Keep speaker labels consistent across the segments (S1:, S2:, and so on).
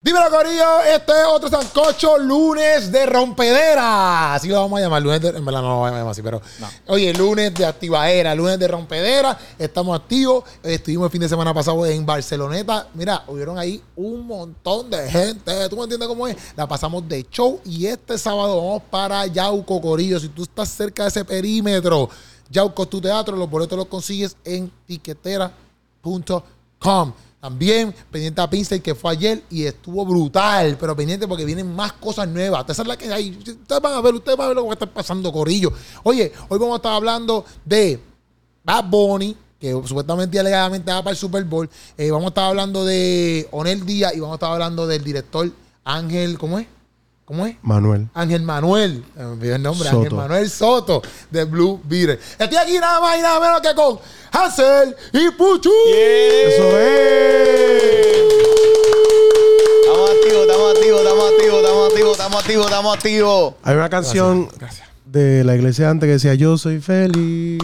S1: Dímelo, Corillo. Este es otro sancocho lunes de rompedera. Así lo vamos a llamar. Lunes de, en verdad no lo vamos a llamar así, pero. Oye, lunes de activadera, lunes de rompedera. Estamos activos. Eh, Estuvimos el fin de semana pasado en Barceloneta. Mira, hubieron ahí un montón de gente. ¿Tú me entiendes cómo es? La pasamos de show y este sábado vamos para Yauco, Corillo. Si tú estás cerca de ese perímetro, Yauco es tu teatro. Los boletos los consigues en tiquetera.com. También pendiente a Pincel que fue ayer y estuvo brutal, pero pendiente porque vienen más cosas nuevas. Ustedes saben la que hay. Ustedes van a ver, ustedes van a ver lo que está pasando, Corillo. Oye, hoy vamos a estar hablando de Bad Bunny, que supuestamente y alegadamente va para el Super Bowl. Eh, vamos a estar hablando de Onel Díaz y vamos a estar hablando del director Ángel, ¿cómo es? ¿Cómo es?
S2: Manuel.
S1: Ángel Manuel, eh, me olvidé el nombre,
S2: Soto.
S1: Ángel Manuel Soto de Blue Beater. Estoy aquí nada más y nada menos que con Hansel y Puchu.
S2: Eso es.
S3: Estamos activos, estamos activos, estamos activos, estamos activos, estamos activos, estamos activos.
S2: Hay una canción de la iglesia de antes que decía Yo soy feliz.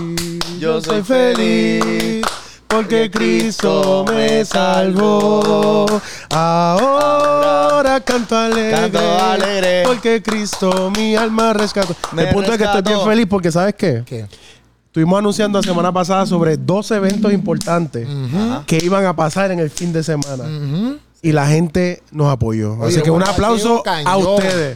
S3: Yo soy feliz,
S2: Porque Cristo me salvó. Ahora canto alegre.
S3: Canto alegre.
S2: Porque Cristo mi alma rescató.
S3: Me
S2: el punto es que estoy
S3: rescató.
S2: bien feliz porque ¿sabes qué?
S1: ¿Qué?
S2: Estuvimos anunciando la semana pasada sobre dos eventos importantes que iban a pasar en el fin de semana. Y la gente nos apoyó.
S1: Oye,
S2: Así que un
S1: guarda,
S2: aplauso
S1: qué un
S2: a
S1: cañón.
S2: ustedes.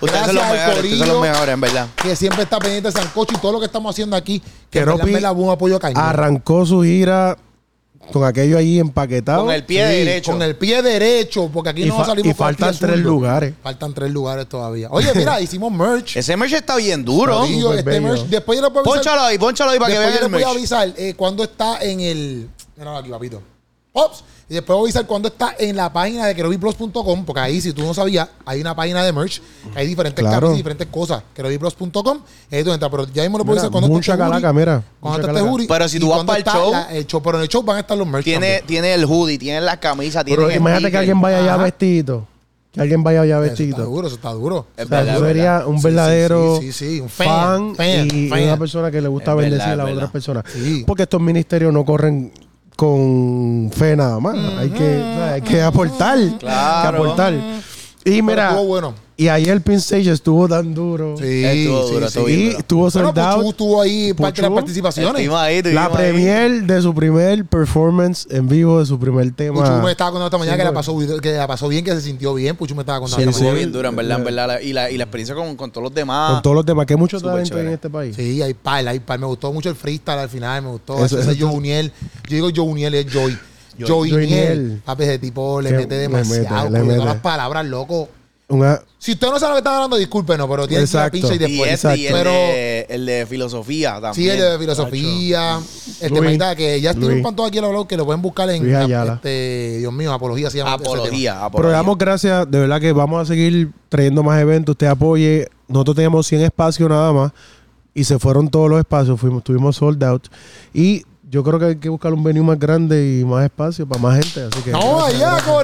S3: Ustedes
S1: Gracias
S3: son los
S1: al
S3: mejores, ustedes son
S1: corillo.
S3: los mejores, en verdad.
S1: que siempre está pendiente de Sancocho y todo lo que estamos haciendo aquí. Que
S2: Keropi
S1: me la un apoyo cañón.
S2: Arrancó su gira con aquello ahí empaquetado.
S3: Con el pie
S1: Sí,
S3: derecho.
S1: Con el pie derecho, porque aquí
S2: Y
S1: no
S2: fa-
S1: salimos
S2: y
S1: con el
S2: faltan
S1: pie
S2: tres
S1: zurdo.
S2: lugares.
S1: Faltan tres lugares todavía. Oye, mira, hicimos merch.
S3: Ese merch está bien duro.
S1: Corillo,
S2: Súper
S1: este
S2: bello.
S1: merch. Después yo le puedo avisar.
S3: Pónchalo ahí, pónchalo ahí para que
S1: después
S3: vean
S1: yo
S3: el
S1: les voy a
S3: merch.
S1: avisar eh, cuando está en el. Míralo aquí, papito. Ops. Y después voy a avisar cuando está en la página de querobiplus.com, porque ahí, si tú no sabías, hay una página de merch. Hay diferentes
S2: Claro.
S1: camisas y diferentes cosas. Querobiplus.com. Ahí tú entras, pero ya mismo lo puedo
S2: Mira,
S1: avisar cuando esté
S2: mucha
S1: este
S2: calaca,
S1: jury,
S2: mira,
S1: Cuando esté
S2: mucha
S1: este
S2: calaca.
S1: jury
S3: Pero si
S1: y
S3: tú vas
S1: cuando
S3: para el
S1: está
S3: show,
S1: la- el show, Pero en el show van a estar los merch.
S3: Tiene,
S1: también.
S3: tiene el hoodie, tiene la camisa, tiene
S2: Pero
S3: el
S2: imagínate que
S3: sticker.
S2: alguien vaya allá
S1: Ajá.
S2: vestido. Que alguien vaya allá
S1: Eso está
S2: vestido.
S1: duro, eso está duro.
S3: Es
S2: O sea,
S3: verdad,
S2: tú
S3: es verdad.
S2: serías un
S1: Sí,
S2: verdadero
S1: sí, sí, sí, un fan,
S2: fan,
S1: fan,
S2: y
S1: fan.
S2: una persona que le gusta
S3: Es verdad,
S2: bendecir
S3: es
S2: a
S3: verdad.
S2: otras personas.
S1: Sí.
S2: Porque estos ministerios no corren con fe nada más. Hay que, o sea, hay que aportar. hay
S3: Claro.
S2: que aportar. Y mira,
S1: estuvo bueno.
S2: y ayer el Pin Sage estuvo tan duro.
S1: Sí,
S3: Estuvo
S1: sí,
S3: duro,
S1: sí.
S3: estuvo
S2: Y
S3: bien,
S2: estuvo
S1: Bueno,
S2: soldado.
S1: Puchu pues, estuvo ahí parte de las
S2: Puchu.
S1: participaciones.
S3: Estuvimos ahí,
S2: la
S3: estuvimos ahí.
S2: premier de su primer performance en vivo, de su primer tema.
S1: Puchu me estaba contando esta mañana
S2: Sí,
S1: que la,
S2: güey.
S1: pasó, que la pasó bien, que se sintió bien. Puchu me estaba contando
S2: Sí,
S1: esta
S3: Estuvo
S1: mañana.
S2: sí.
S3: bien duro, en verdad, en verdad. La- Y la, y la experiencia con, con todos los demás.
S2: con todos los temas. Que hay mucho
S3: Súper
S2: talento
S3: chévere.
S2: en este país.
S1: Sí, hay par, hay par. Me gustó mucho el freestyle al final, me gustó.
S2: Eso-
S1: Eso, ese
S2: eso-
S1: Joe Uniel. Yo digo Joe Uniel es Joy.
S3: Joy.
S1: Joe
S2: Joe
S1: Uniel.
S2: Uniel.
S1: Papi, ese tipo le
S2: Que
S1: mete
S2: le
S1: demasiado.
S2: mete, le
S1: coño, todas
S2: mete.
S1: las palabras, loco.
S2: Una,
S1: Si usted no sabe lo que está hablando, discúlpenos, pero tiene que ir a la
S2: Exacto.
S1: pincha y
S3: y
S1: después.
S3: este, y el,
S1: Pero-
S3: de, el de filosofía también.
S1: Sí, el de filosofía. El tema
S2: Luis.
S1: está que ya estuvo
S2: Luis.
S1: un panto aquí en el blog que lo pueden buscar en
S2: Luis Ayala.
S1: este, Dios mío, apología se llama. ese tema.
S3: Apología,
S2: Pero le
S3: apología.
S2: damos gracias, de verdad que vamos a seguir trayendo más eventos, usted apoye. Nosotros teníamos 100 espacios nada más y se fueron todos los espacios, fuimos, estuvimos sold out. Y yo creo que hay que buscar un venue más grande y más espacio para más gente, así que...
S1: ¡No,
S2: gracias,
S1: allá,
S2: gracias.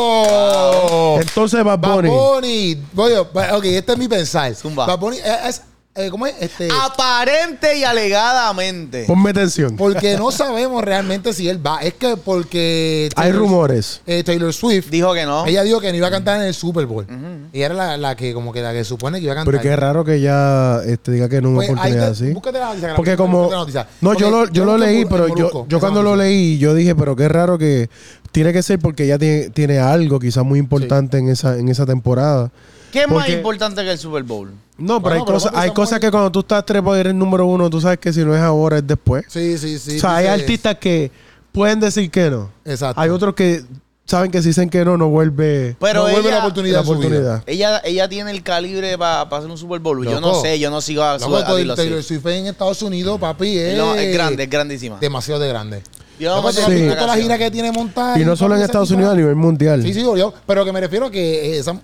S1: Corillo!
S2: Entonces, Bad
S1: Bad
S2: Bunny,
S1: Bunny. Oye, ba- ok, este es mi pensar.
S3: Zumba. Ah.
S1: Bad Bunny es, es- eh, ¿cómo es? Este,
S3: Aparente y alegadamente.
S2: ponme atención.
S1: porque no sabemos realmente si él va. Es que porque...
S2: Hay
S1: Taylor-
S2: rumores.
S1: eh, Taylor Swift,
S3: Dijo que no.
S1: ella dijo que no iba a cantar en el Super Bowl. Y era la, la que como que la que supone que iba a cantar.
S2: Pero qué raro que ya este, diga que no una
S1: Pues, ahí
S2: oportunidad
S1: te-
S2: así.
S1: búscate la noticia,
S2: Porque
S1: búscate
S2: como...
S1: la noticia.
S2: No,
S1: Porque
S2: yo lo, yo lo
S1: busqué
S2: leí,
S1: en
S2: pero
S1: Molusco,
S2: yo, yo
S1: esa
S2: cuando lo
S1: noticia.
S2: leí, yo dije, pero qué raro que tiene que ser porque ella tiene, tiene algo quizás muy importante en, esa, en esa temporada.
S3: ¿Qué es más
S2: Porque-
S3: importante que el Super Bowl?
S2: No, pero
S1: Bueno,
S2: hay
S1: pero
S2: cosas,
S1: papi,
S2: hay
S1: estamos
S2: cosas
S1: ahí.
S2: que cuando tú estás tres para ir en número uno, tú sabes que si no es ahora, es después.
S1: Sí, sí, sí.
S2: o sea, hay
S1: dice-
S2: artistas que pueden decir que no.
S1: Exacto.
S2: Hay otros que saben que si dicen que no, no vuelve
S3: Pero
S1: no vuelve
S3: ella,
S1: la oportunidad.
S2: la
S1: en su vida.
S2: oportunidad.
S3: ella, ella tiene el calibre para hacer un Super Bowl. yo no
S1: Loco.
S3: sé, yo no sigo a,
S1: Loco,
S3: a Taylor Swift.
S1: Taylor Swift en Estados Unidos, papi, es,
S3: No, es grande, es grandísima.
S1: demasiado de grande.
S3: Yo
S1: Loco,
S3: me
S1: tú
S2: sé
S1: has
S2: ni
S1: visto
S2: una
S1: toda la
S3: canción.
S1: gira que tiene montada.
S2: Y no solo en
S1: esa
S2: Estados
S1: tipa.
S2: Unidos, a nivel mundial.
S1: Sí, sí, yo, pero que me refiero que esa-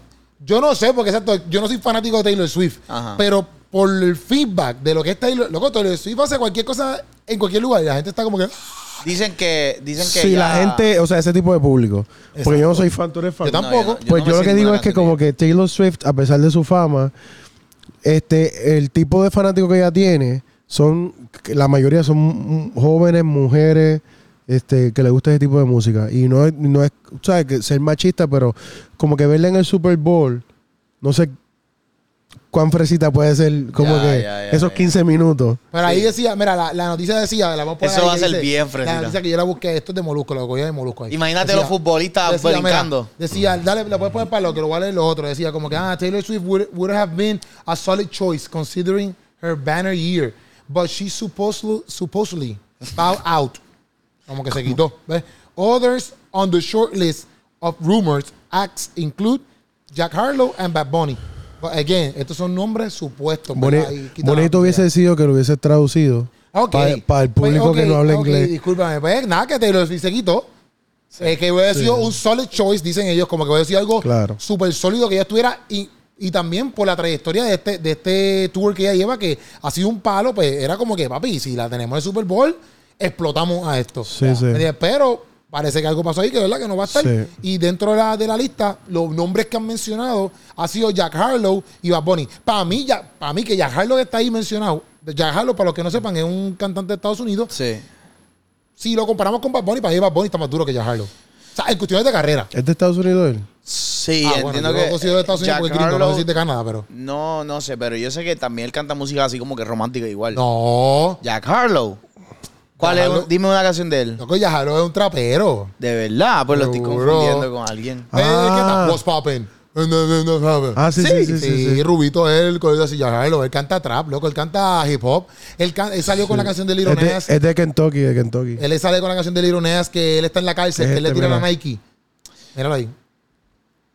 S1: yo no sé, porque exacto, yo no soy fanático de Taylor Swift,
S3: Ajá.
S1: pero por el feedback de lo que es Taylor, loco, Taylor Swift hace cualquier cosa en cualquier lugar y la gente está como que
S3: Dicen que, dicen
S2: si
S3: que ella-
S2: la gente, o sea, ese tipo de público. Porque yo no soy fan, tú eres fan.
S1: Yo tampoco.
S2: pues
S3: no
S2: yo
S3: me
S2: lo
S3: sé
S2: que digo
S3: ninguna
S2: es que
S3: canción
S2: como
S3: de
S2: que Taylor Swift, a pesar de su fama, este, el tipo de fanático que ella tiene son, que la mayoría son m- m- jóvenes, mujeres, este, que le gusta ese tipo de música. Y no es, no es ¿sabes? Que ser machista, pero como que verla en el Super Bowl, no sé cuán fresita puede ser, como
S3: Ya,
S2: que
S3: ya, ya,
S2: esos
S3: ya.
S2: 15 minutos.
S1: Pero ahí decía, mira, la, la noticia decía, la vamos a poner
S3: Eso
S1: ahí,
S3: va a
S1: que
S3: ser
S1: dice-
S3: bien fresita.
S1: La noticia que yo la busqué, esto es de Molusco, lo cogí de Molusco ahí.
S3: Imagínate
S1: Decía-
S3: los futbolistas
S1: decía, mira,
S3: brincando.
S1: decía, dale, la puedes poner para lo que lo vale lo otro. Decía como que, ah, Taylor Swift would, would have been a solid choice considering her banner year, but she supposedly, supposedly bowed out. Como que se quitó, ¿ves? Others on the short list of rumors acts include Jack Harlow and Bad Bunny. But again, estos son nombres supuestos.
S2: Boni-
S1: ¿verdad? Ahí quita la
S2: bonito hubiese
S1: publicidad.
S2: sido que lo hubiese traducido
S1: Ah, Ok.
S2: para el público
S1: Pues, ok,
S2: que no habla
S1: ok,
S2: inglés.
S1: Discúlpame, pues nada, que Taylor Swift se quitó. Eh, que hubiera sido un solid choice, dicen ellos, como que hubiera sido algo
S2: Claro.
S1: súper sólido que ella estuviera. Y, y también por la trayectoria de este, de este tour que ella lleva, que ha sido un palo, pues era como que, papi, si la tenemos en el Super Bowl, explotamos a esto.
S2: Sí, sí.
S1: ¿Me entiendes? Pero parece que algo pasó ahí, que verdad que no va a estar.
S2: Sí.
S1: Y dentro de la, de la lista, los nombres que han mencionado ha sido Jack Harlow y Bad Bunny. Para mí, ya, para mí que Jack Harlow está ahí mencionado. Jack Harlow, para los que no sepan, es un cantante de Estados Unidos.
S3: Sí.
S1: Si lo comparamos con Bad Bunny, para mí Bad Bunny está más duro que Jack Harlow. O sea, en cuestiones de carrera.
S2: ¿Es de Estados Unidos él?
S3: Sí,
S1: ah,
S3: entiendo
S1: bueno, yo
S3: que.
S1: lo considero de Estados Unidos
S3: Jack
S1: porque es gringo, no
S3: Harlow-
S1: sé si es de Canadá, pero...
S3: No, no sé, pero yo sé que también él canta música así como que romántica igual.
S1: No,
S3: Jack Harlow. ¿Cuál
S1: Jack
S3: es?
S1: Harlow.
S3: Dime una canción de él.
S1: no que Jack Harlow es un trapero.
S3: De verdad, pues lo estoy
S1: Seguro.
S3: confundiendo con alguien.
S2: Ah.
S1: Eh, ¿qué tal? What's poppin'? Eh, no, no, no, no, no.
S2: Ah, sí, sí, sí, sí, sí.
S1: Rubito él, con así, ya, él, él canta trap, loco, él canta hip hop. Él, can- él salió con la canción de Little
S2: Es de,
S1: Nas. Eh,
S2: es de Kentucky, de Kentucky.
S1: Él le sale con la canción de Little Nas que él está en la cárcel,
S2: Es
S1: que él le
S2: este,
S1: tira la
S2: mira.
S1: Nike. Míralo ahí.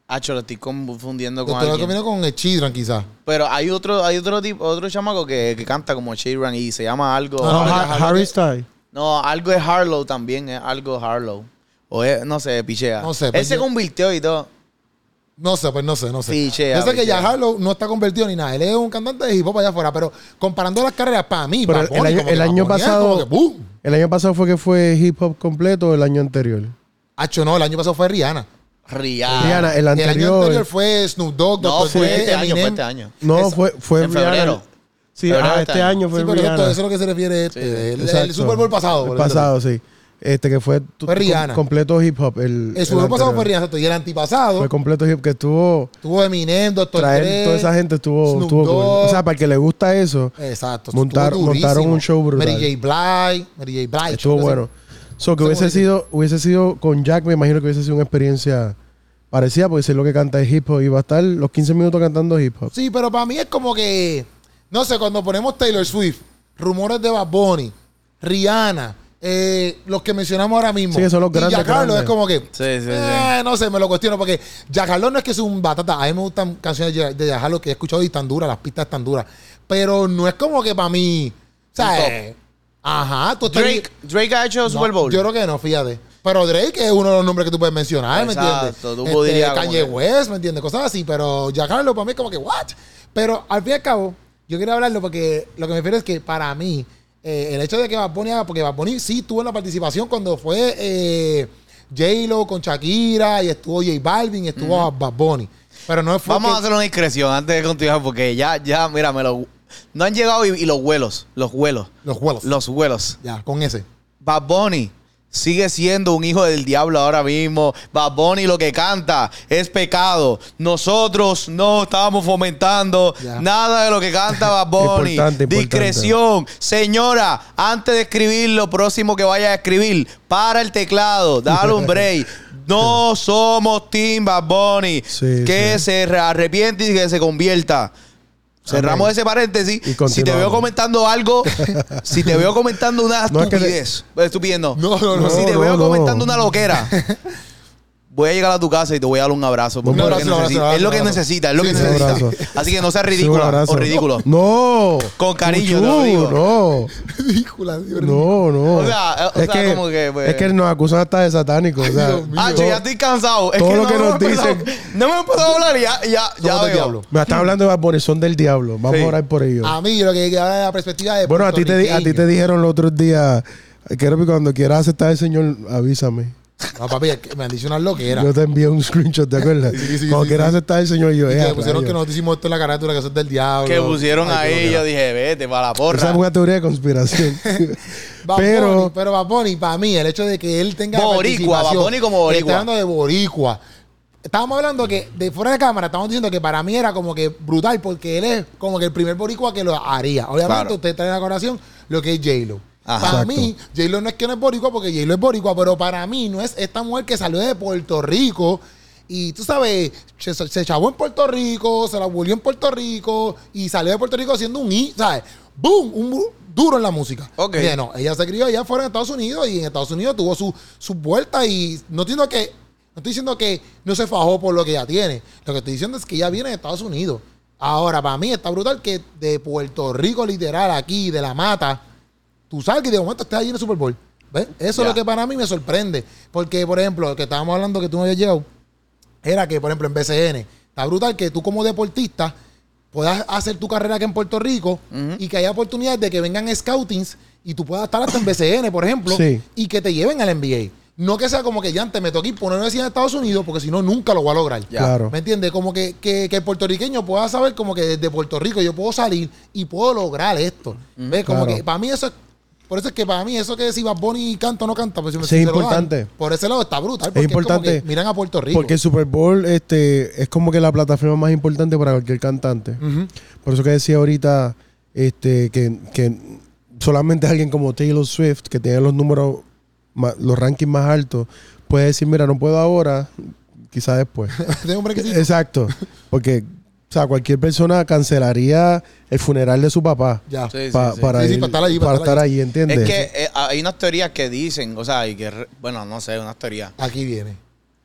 S3: Hacho, lo estoy confundiendo con
S1: Usted lo
S3: alguien.
S1: combinó con el Chidran, quizás.
S3: Pero hay otro, hay otro tipo, otro chamaco que, que canta como Sheeran y se llama algo.
S2: No,
S3: algo-
S2: Ha- Harry Styles.
S3: no, algo es Harlow también, es algo Harlow. O es, no sé, pichea.
S1: No sé,
S3: Él
S1: pues
S3: se
S1: yo-
S3: convirtió y todo.
S1: No sé, pues no sé, no sé.
S3: Pichea,
S1: yo sé que
S3: pichea.
S1: Jack Harlow no está convertido ni nada. Él es un cantante de hip hop allá afuera, pero comparando las carreras, para mí,
S2: Pero
S1: Bad
S2: el
S1: Bunny,
S2: año-
S1: como que
S2: el
S1: Bad
S2: año
S1: Bunny es
S2: pasado-
S1: como que ¡boom!
S2: El año pasado fue que fue hip hop completo o el año anterior.
S1: Hacho, no, el año pasado fue Rihanna.
S3: Rihanna.
S2: Rihanna, el anterior.
S1: El año anterior fue Snoop Dogg,
S3: No,
S1: Dr.
S3: fue
S1: Dre,
S3: este año, fue
S1: Eminem.
S3: este año.
S2: no,
S1: Eso.
S2: fue, fue
S3: En
S2: Rihanna.
S3: febrero.
S2: Sí,
S3: Febrero
S2: ah,
S3: de
S2: este
S3: este año.
S2: año fue
S1: Sí, pero
S2: Rihanna.
S1: esto- eso es lo que se refiere este,
S3: Sí,
S1: el, el
S2: Exacto.
S1: Super Bowl pasado.
S2: El
S1: por
S2: pasado, sí. Este que fue, tu-
S1: Fue Rihanna.
S2: completo hip hop. El,
S1: ejemplo. El Super Bowl pasado fue
S2: anterior.
S1: Rihanna, exacto, y el antipasado
S2: Fue completo hip que estuvo
S1: tuvo Eminem, Dr. Dre,
S2: traer toda esa gente estuvo,
S1: Snoop
S2: estuvo cool.
S1: Dogg.
S2: O sea, para el que le gusta eso,
S1: Exacto, estuvo
S2: montar-
S1: durísimo.
S2: montaron un show brutal.
S1: Mary J. Blige, Mary J. Blige.
S2: estuvo
S1: creo que
S2: bueno. So que
S1: Ese
S2: hubiese
S1: bonito.
S2: sido, hubiese sido con Jack, me imagino que hubiese sido una experiencia parecida, porque si es lo que canta es hip hop, iba a estar los 15 minutos cantando hip hop.
S1: Sí, pero para mí es como que, no sé, cuando ponemos Taylor Swift, rumores de Bad Bunny, Rihanna, eh, los que mencionamos ahora mismo.
S2: Sí, son los
S1: y
S2: grandes,
S1: Jack Harlow
S2: grandes.
S1: es como que,
S3: Sí, sí,
S1: eh, no sé, me lo cuestiono porque Jack Harlow no es que es un batata. A mí me gustan canciones de de Jack Harlow que he escuchado y tan duras, las pistas tan duras. Pero no es como que para mí, o sea,
S3: Un top.
S1: eh, ajá, tú estás-
S3: Drake, Drake ha hecho
S1: no,
S3: Super Bowl.
S1: Yo creo que no, fíjate. Pero Drake es uno de los nombres que tú puedes mencionar, ¿me entiendes? Este,
S3: Exacto, tú podrías como
S1: Kanye
S3: que-
S1: West, ¿me entiendes? Cosas así, pero Jack Harlow para mí es como que, ¿what? Pero al fin y al cabo, yo quiero hablarlo porque lo que me refiero es que para mí, eh, el hecho de que Bad Bunny haga, porque Bad Bunny sí tuvo la participación cuando fue eh, J-Lo con Shakira y estuvo J Balvin y estuvo Bad Bunny. Pero no fue.
S3: Vamos
S1: que-
S3: a hacer una discreción antes de continuar porque ya, ya, mira, me lo, no han llegado y, y los vuelos, los vuelos,
S1: Los juegos.
S3: los vuelos.
S1: Ya, con ese.
S3: Bad Bunny sigue siendo un hijo del diablo ahora mismo. Bad Bunny lo que canta es pecado. Nosotros no estamos fomentando
S1: Ya.
S3: nada de lo que canta Bad Bunny.
S2: Importante, importante.
S3: Discreción. Señora, antes de escribir lo próximo que vaya a escribir, para el teclado, dale un break. No somos Team Bad Bunny.
S2: Sí,
S3: que se re- arrepiente y que se convierta. Cerramos ese
S2: Y
S3: paréntesis. si te veo
S2: continuamos.
S3: comentando algo, si te veo comentando una
S2: No, es que te-
S3: estupidez, eh, estupidez no.
S1: No, no,
S2: no.
S3: Si te
S2: No,
S3: veo
S2: no,
S3: comentando
S2: no.
S3: una loquera, voy a llegar a tu casa y te voy a dar un abrazo. porque
S2: Un
S3: es, lo
S1: abrazo,
S3: que
S1: un abrazo,
S3: necesita, es lo que
S1: un abrazo.
S3: necesita, es lo que
S1: Sí, sí, un
S3: necesita.
S2: abrazo.
S3: Así que no seas
S2: Sí, un
S3: ridícula
S2: abrazo.
S3: o ridículo.
S2: No.
S3: Con cariño, te lo
S2: Mucho,
S3: digo.
S2: No.
S1: Ridícula, Dios mío.
S2: No, no.
S3: O sea, eh, o
S2: es
S3: sea,
S2: que,
S3: como que, pues-
S2: es que nos acusan hasta de satánicos. O sea,
S1: Dios mío.
S3: Ah, yo ya estoy cansado. Es
S2: Todo lo que
S3: me
S2: nos
S3: han empezado-
S2: dicen.
S3: No me han empezado a hablar y ya, ya, ya
S1: Somos del
S3: veo.
S1: diablo.
S2: me estás hablando de Bad Bunny, son del diablo. Vamos
S3: Sí.
S2: a orar por ellos.
S1: A mí, yo lo que ahora de la perspectiva de.
S2: bueno, a ti, te, di- a ti
S1: Ah, puertorriqueño.
S2: te dijeron los otros días, que Ropi, cuando quieras aceptar al Señor, avísame.
S1: No, papi, es que me han dicho una loquera.
S2: Yo te envié un screenshot, ¿te acuerdas?
S1: Sí, sí,
S2: Cuando
S1: sí,
S2: quieras
S1: sí.
S2: aceptar el señor, y yo.
S1: Y
S2: "Eh,
S1: que pusieron
S2: rayo".
S1: que nosotros hicimos esto en la carátula, que eso es del diablo.
S3: que pusieron
S1: Ay, qué
S3: ahí, yo
S1: loquera.
S3: dije, vete para la
S2: Esa
S3: porra.
S2: es una teoría de conspiración.
S1: Bad Bunny,
S2: pero,
S1: pero Bad Bunny, para mí, el hecho de que él tenga
S3: Boricua, Bad
S1: participación,
S3: Bunny como boricua.
S1: está hablando de boricua. Estábamos hablando que, de fuera de cámara, estábamos diciendo que para mí era como que brutal, porque él es como que el primer boricua que lo haría. Obviamente,
S3: Claro.
S1: usted trae en la colación lo que es J-Lo.
S3: Ajá.
S1: Para
S2: Exacto.
S1: mí, J-Lo no es que no es boricua, porque J-Lo es boricua, pero para mí no es esta mujer que salió de Puerto Rico y, tú sabes, se, se chavó en Puerto Rico, se la volvió en Puerto Rico y salió de Puerto Rico siendo un I, ¿sabes? ¡Boom! Un bu- duro en la música.
S3: Ok.
S1: Bien, no, ella se crió allá fuera en Estados Unidos y en Estados Unidos tuvo su- sus vueltas y no entiendo que no estoy diciendo que no se fajó por lo que ella tiene. Lo que estoy diciendo es que ella viene de Estados Unidos. Ahora, para mí está brutal que de Puerto Rico, literal, aquí, de la mata, tú salgas y de momento estés allí en el Super Bowl. ¿Ves? Eso es
S3: Ya.
S1: lo que para mí me sorprende. Porque, por ejemplo, que estábamos hablando que tú no habías llegado, era que, por ejemplo, en BCN, está brutal que tú como deportista puedas hacer tu carrera aquí en Puerto Rico y que haya oportunidades de que vengan scoutings y tú puedas estar hasta en BCN, por ejemplo,
S2: Sí.
S1: y que te lleven al NBA. No que sea como que ya antes me toque ir por una universidad en Estados Unidos, porque si no, nunca lo voy a lograr.
S3: Ya.
S2: claro.
S1: ¿Me entiendes? Como que, que, que el puertorriqueño pueda saber como que desde Puerto Rico yo puedo salir y puedo lograr esto. ¿Ves? Como
S2: Claro.
S1: que para mí eso es... Por eso es que para mí eso que si Bad Bunny canta o no canta, pues si me-
S2: Sí,
S1: si
S2: es
S1: se lo dan,
S2: importante.
S1: por ese lado está brutal. porque como
S2: importante
S1: que miran a Puerto Rico.
S2: Porque el Super Bowl este, es como que la plataforma más importante para cualquier cantante. Por eso que decía ahorita este, que, que solamente alguien como Taylor Swift, que tiene los números, ma- los rankings más altos, puede decir, mira, no puedo ahora, quizá después.
S1: Tengo un brequecito.
S2: Exacto. Porque, o sea, cualquier persona cancelaría el funeral de su papá.
S1: Ya.
S3: Sí, sí,
S2: pa-
S3: sí.
S2: Para,
S1: Sí, sí,
S2: ir-
S1: para estar allí, para
S2: para
S1: estar
S2: estar allí, ¿entiendes?
S3: Es que eh, hay unas teorías que dicen, o sea, y que, re- bueno, no sé, unas teorías.
S1: Aquí viene.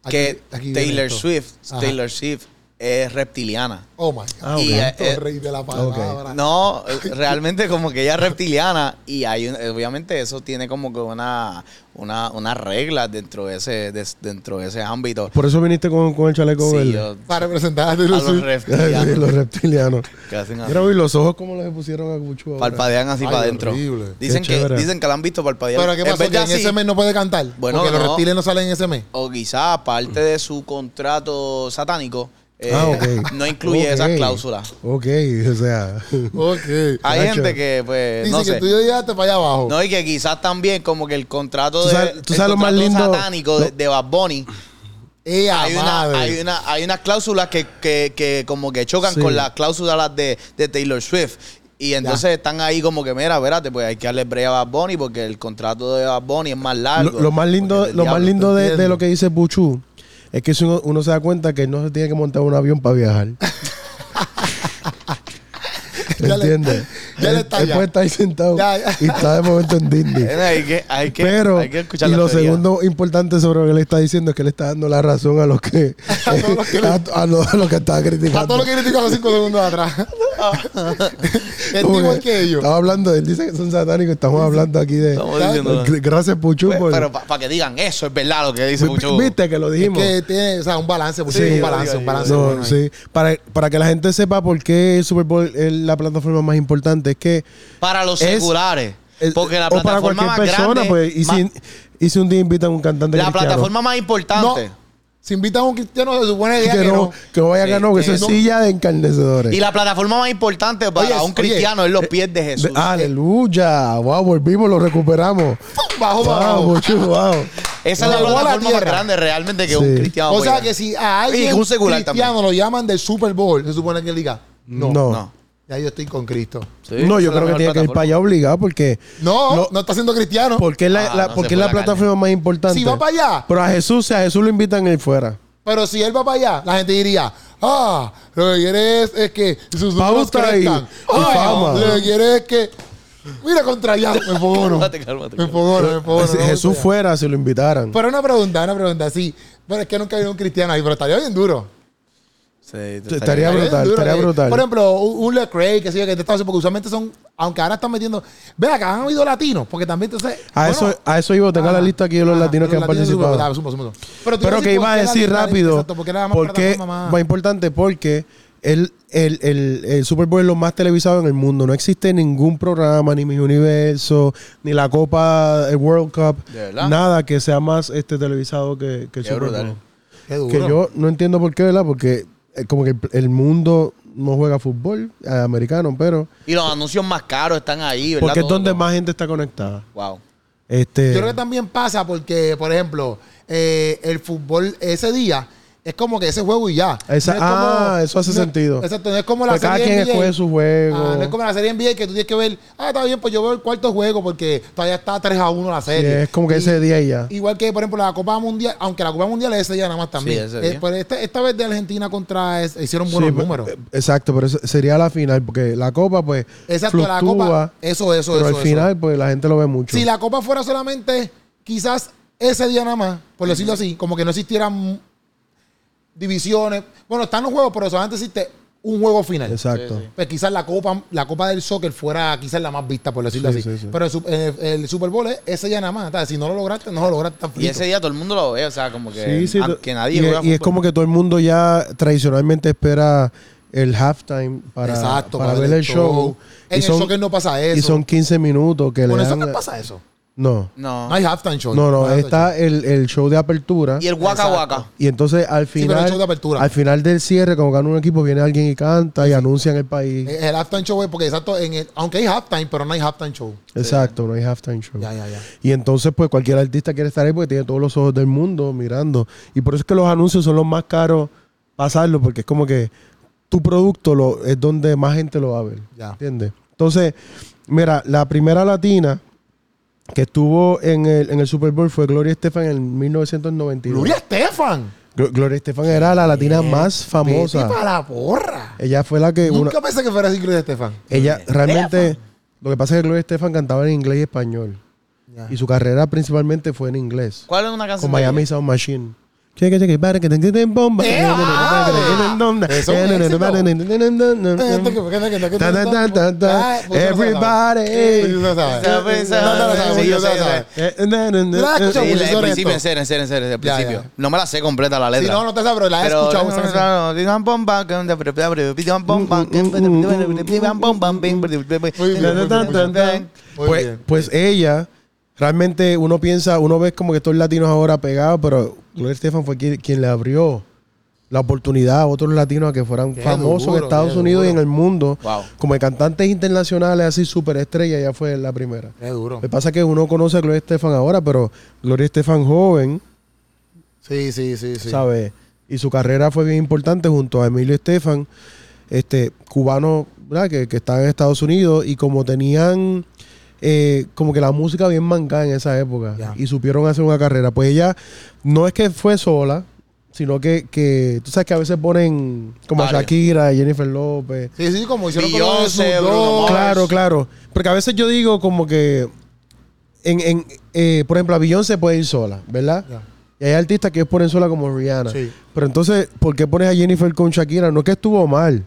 S1: Aquí-
S3: que
S1: aquí viene
S3: Taylor
S1: esto.
S3: Swift,
S1: Ajá.
S3: Taylor Swift es reptiliana.
S1: Oh my God.
S2: Ah, ok.
S1: Y, eh,
S3: eh,
S1: rey de la palabra.
S3: No, eh, realmente como que ella es reptiliana y hay un- eh, obviamente eso tiene como que una, una, una regla dentro de ese, de- dentro de ese ámbito.
S2: Por eso viniste con, con el
S1: Pues,
S2: chaleco
S3: Sí,
S2: verde.
S3: yo-
S1: Para representar a Taylor
S3: a los
S1: Swift.
S2: Sí,
S3: reptilianos
S2: los reptilianos.
S3: que hacen así,
S2: Mira, güey, los ojos como les pusieron a Guchu ahora.
S3: palpadean así
S1: Ay,
S3: para adentro.
S1: horrible.
S3: Dicen
S2: Qué
S3: que,
S2: chévere.
S3: dicen que la han visto palpadear.
S1: Pero ¿qué
S3: En
S1: pasó?
S3: verdad,
S1: que en
S3: sí.
S1: ese mes no puede cantar.
S3: Bueno,
S1: porque los
S3: no.
S1: reptiles no salen en ese mes.
S3: o quizá parte de su contrato satánico eh,
S2: Ah, ok.
S3: no incluye
S2: Ok.
S3: esas cláusulas.
S2: Ok, o sea.
S1: Ok.
S3: Hay
S2: Nacho.
S3: gente que, pues,
S1: Dice
S3: no
S1: que
S3: sé.
S1: tú llegaste para allá abajo.
S3: No, y que quizás también como que el contrato
S2: Tú
S3: de
S2: sabes- tú
S3: el
S2: sabes lo más
S3: contrato
S2: lindo-
S3: satánico de, de Bad Bunny.
S1: ¡Ea,
S3: Hay,
S1: madre!
S3: una, hay, una, hay unas cláusulas que, que, que como que chocan
S2: Sí.
S3: con las cláusulas de, de Taylor Swift. Y entonces están ahí como que, mira, espérate, pues hay que darle break a Bad Bunny porque el contrato de Bad Bunny es más largo.
S2: Lo, lo más lindo,
S3: Porque es del
S2: lo más
S3: diablo,
S2: lindo
S3: ¿tú
S2: de,
S3: entiendes?
S2: de lo que dice Buchu es que si uno, uno se da cuenta que no se tiene que montar un avión para viajar.
S1: Ya le-
S2: ¿Entiendes?
S1: ya le
S2: Él-
S1: está
S2: él
S1: ya.
S2: puede estar ahí sentado
S1: Ya, ya.
S2: y está de momento en Disney.
S3: pues, Hay que, hay que,
S2: Pero,
S3: hay que escuchar
S2: y
S3: la
S2: lo
S3: teoría.
S2: segundo importante sobre lo que le está diciendo es que le está dando la razón a los que
S1: A todos los que le-
S2: a, a los- a los que estaba criticando.
S1: A todo lo que critico hace cinco segundos atrás.
S3: Ah,
S1: es
S2: Como
S1: igual
S2: que
S1: que ellos.
S2: Estaba hablando, él dice que son satánicos, estamos hablando aquí de.
S3: Estamos diciendo-
S2: Gr- Gracias, Puchu,
S3: Pues,
S2: por-
S3: pero para que digan eso, es verdad lo que dice
S2: Vi-
S3: Puchu.
S2: Viste que lo dijimos.
S1: Que tiene, o sea, un balance, mucho,
S2: Sí,
S1: un
S2: yo
S1: balance,
S3: digo,
S1: un
S3: yo
S1: balance.
S2: No,
S1: bueno ahí.
S2: sí. Para, para que la gente sepa por qué el Super Bowl es la plataforma más importante, es que.
S3: Para los
S2: Es-
S3: seculares.
S2: es-
S3: porque la
S2: o para
S3: plataforma
S2: cualquier
S3: más
S2: persona,
S3: grande.
S2: pues. Y
S3: más-
S2: si, y si un día invitan a un cantante
S3: la
S2: cristiano,
S3: plataforma más importante.
S1: No, si invitan a un cristiano, se supone
S2: Que,
S1: que, que no.
S2: no, que no vaya a
S3: Sí,
S2: ganar, que
S3: Eh,
S2: eso
S3: que
S2: es
S3: no.
S2: silla de encarnecedores.
S3: Y la plataforma más importante para
S1: Oye,
S3: un
S1: oye,
S3: cristiano es los pies de
S2: De-
S3: Jesús. eh.
S2: ¡Aleluya! ¡Wow! Volvimos, lo recuperamos.
S1: Bajo, bajo.
S2: ¡Wow, Puchu, wow!
S3: Esa es la
S1: Llegó a la
S3: plataforma más
S1: tierra.
S3: grande realmente que
S2: Sí.
S3: un cristiano.
S1: o
S3: puede
S1: sea,
S3: llegar.
S1: que si a
S3: Y
S1: alguien
S3: que un secular
S1: cristiano lo llaman del Super Bowl, se supone que él diga, no,
S2: No. No,
S3: No.
S1: ya yo estoy con Cristo.
S3: Sí,
S2: no yo
S3: esa es la
S2: creo que
S3: mejor
S2: tiene que ir
S3: plataforma.
S2: para allá obligado porque.
S1: No, no,
S2: No.
S1: está siendo cristiano.
S2: Porque es la,
S3: Ah,
S2: la-
S3: no
S2: porque
S3: se
S2: es la
S3: fue la
S2: plataforma más importante.
S1: Si va para allá.
S2: Pero a Jesús, si a Jesús lo invitan ahí fuera.
S1: Pero si él va para allá, la gente diría, ah, lo que quiere es, es que sus números
S2: Pauta y-
S1: crezcan.
S2: y
S1: Ah,
S2: fama.
S1: lo que quiere es que... Mira contra allá, me enfogono.
S3: Cálmate,
S1: Me
S3: cálmate, cálmate.
S1: enfogono, me enfogono.
S2: si
S1: no,
S2: Jesús
S1: no.
S2: fuera, si lo invitaran.
S1: Pero una pregunta, una pregunta, sí. Pero es que nunca había un cristiano ahí, pero estaría bien duro.
S3: Sí,
S2: Estaría
S1: bien
S2: brutal,
S1: duro
S2: estaría
S1: que-
S2: brutal.
S1: Por ejemplo, un, un Lecrae, que sé yo, que te estaba porque usualmente son, aunque ahora están metiendo. Ve acá, han habido latinos, porque también entonces. bueno,
S2: a, Ah, eso, a eso iba, tengo la
S1: ah,
S2: lista aquí de los
S1: ah,
S2: latinos que han
S1: latinos,
S2: participado.
S1: ah, sumo, sumo, sumo. Pero, tú
S2: Pero que
S1: por
S2: iba a
S1: qué la
S2: decir
S1: lista-
S2: rápido.
S1: Exacto, porque era más
S2: porque
S1: plataforma más-
S2: más importante porque el, el, el- el Super Bowl es lo más televisado en el mundo. No existe ningún programa, ni Mis Universo, ni la Copa, el World Cup,
S3: De verdad.
S2: nada que sea más este televisado que, que el
S3: Qué
S2: Super
S3: brutal.
S2: Bowl.
S1: Qué duro.
S2: Que yo no entiendo por qué, ¿verdad? Porque eh, como que el, el mundo no juega fútbol eh, americano, pero
S3: Y los anuncios más caros están ahí, ¿verdad?
S2: porque es
S3: Todo,
S2: donde
S3: todo.
S2: más gente está conectada.
S3: Wow.
S2: Este,
S1: Yo creo que también pasa porque, por ejemplo, eh, el fútbol ese día es como que ese juego y ya.
S2: Esa- ah, eso hace
S1: no es-
S2: sentido.
S1: Exacto, no es como la
S2: pues cada
S1: serie
S2: quien
S1: NBA.
S2: escoge su juego.
S1: Ah, no es como la serie NBA que tú tienes que ver, ah, está bien, pues yo veo el cuarto juego porque todavía está 3 a 1 la
S2: Sí,
S1: serie.
S2: es como que
S1: Y-
S2: ese día y ya.
S1: Igual que, por ejemplo, la Copa Mundial, aunque la Copa Mundial es ese día nada más también.
S3: ese día.
S1: Eh, pero esta, esta vez de Argentina contra es- hicieron buenos
S2: Sí, pero-
S1: números.
S2: eh, Exacto, pero eso sería la final, porque la copa, pues.
S1: Exacto, la
S2: fluctúa,
S1: Copa. Eso, eso,
S2: pero
S1: eso.
S2: al
S1: eso.
S2: final, pues la gente lo ve mucho.
S1: Si la Copa fuera solamente, quizás ese día nada más, por decirlo así, como que no existieran divisiones. Bueno, están los juegos, pero solamente existe un juego final.
S2: Exacto.
S3: Sí, sí.
S1: Pues quizás la Copa la copa del Soccer fuera quizás la más vista, por decirlo
S2: Sí,
S1: así.
S2: sí, sí.
S1: Pero el, su- el- el Super Bowl es ese día nada más. ¿sabes? Si no lo lograste, no lo lograste tan
S3: Y
S1: frito.
S3: ese día todo el mundo lo ve, o sea, como que,
S2: Sí, sí,
S3: aunque nadie
S2: y,
S3: juega
S2: y es
S3: fútbol.
S2: como que todo el mundo ya tradicionalmente espera el halftime para,
S1: Exacto,
S2: para, ver el show.
S1: En
S2: y,
S1: el
S2: son,
S1: soccer no pasa eso.
S2: y son 15 minutos que
S1: Con
S2: le
S1: el
S2: dan.
S1: soccer pasa eso.
S2: No,
S3: No.
S1: No hay halftime show.
S2: no,
S1: hay
S2: no.
S1: halftime show.
S2: Está el, el show de apertura.
S3: Y el guaca
S1: Exacto.
S3: guaca.
S2: Y entonces
S1: pero
S2: al
S1: el
S2: final,
S1: show de apertura.
S2: al final del cierre, como gana un equipo, viene alguien y canta y anuncia en el país.
S1: El, el halftime show es porque exacto, en el, aunque hay halftime, pero no hay halftime show.
S2: Exacto, no hay halftime show.
S1: Ya, ya, ya.
S2: Y entonces, pues cualquier artista quiere estar ahí porque tiene todos los ojos del mundo mirando. Y por eso es que los anuncios son los más caros pasarlos, porque es como que tu producto lo, es donde más gente lo va a ver.
S1: Ya.
S2: ¿Entiendes? Entonces, mira, la primera latina que estuvo en el, en el Super Bowl fue Gloria Estefan en 1992.
S1: Gloria Estefan.
S2: Glo- Gloria Estefan era la latina más
S1: Vete
S2: famosa.
S1: para la porra.
S2: Ella fue la que... una-
S1: Nunca pensé que fuera así este Gloria Estefan.
S2: ella realmente... Lo que pasa es que Gloria Estefan cantaba en inglés y español.
S1: Ya.
S2: Y su carrera principalmente fue en inglés.
S3: ¿Cuál es una canción?
S2: con
S3: de
S2: Miami
S3: ella?
S2: Sound Machine. Cheque, cheque, para que te quiten bomba.
S1: ¡Eh, ah! Eso
S2: eh,
S1: es un éxito. Eh,
S2: Ta, ta, ta, ta, ta.
S1: Ah, pues yo no sé,
S2: Everybody.
S1: No sabes. No, no lo sabes,
S3: Sí,
S1: yo
S3: yo
S1: no
S3: sé, yo
S1: sabes.
S3: sé.
S2: Eh, na, na, na,
S1: ¿Tú la has
S2: eh.
S1: escuchado?
S3: Sí,
S1: Pues
S3: la-
S1: eso
S3: el
S1: es
S3: principio,
S1: esto.
S3: en serio, en serio, en serio, el
S1: Ya,
S3: principio.
S1: ya.
S3: No me la sé completa la letra.
S1: Si no, no te sabes, pero la has
S3: Pero-
S1: escuchado. esa canción. Muy
S2: Pues,
S1: bien.
S2: pues ella, realmente uno piensa, uno ve como que estos latinos ahora pegados, pero Gloria Estefan fue quien, quien le abrió la oportunidad a otros latinos a que fueran
S1: Qué
S2: famosos en
S1: duro,
S2: Estados
S1: qué
S2: Unidos y en
S1: duro.
S2: el mundo.
S3: Wow.
S2: Como de cantantes internacionales, así superestrella, ella fue la primera.
S1: Qué duro.
S2: Lo que pasa es que uno conoce a Gloria Estefan ahora, pero Gloria Estefan joven,
S1: Sí, sí, sí, sí.
S2: ¿sabes? Y su carrera fue bien importante junto a Emilio Estefan, este, cubano, ¿verdad? Que, que está en Estados Unidos y como tenían eh, como que la música bien mancada en esa época
S1: Ya.
S2: y supieron hacer una carrera. Pues ella no es que fue sola, sino que, que tú sabes que a veces ponen como a
S3: Varios.
S2: Shakira, Jennifer López.
S1: Sí, sí, como hicieron con lo de
S3: Beyoncé,
S1: Snoop
S3: Bruno
S1: Dogg.
S3: Mars.
S2: Claro, claro. Porque a veces yo digo como que, en, en, eh, por ejemplo, a Beyoncé puede ir sola, ¿verdad?
S1: Ya.
S2: Y hay artistas que ponen sola como Rihanna.
S1: Sí.
S2: Pero entonces, ¿por qué pones a Jennifer con Shakira? No es que estuvo mal,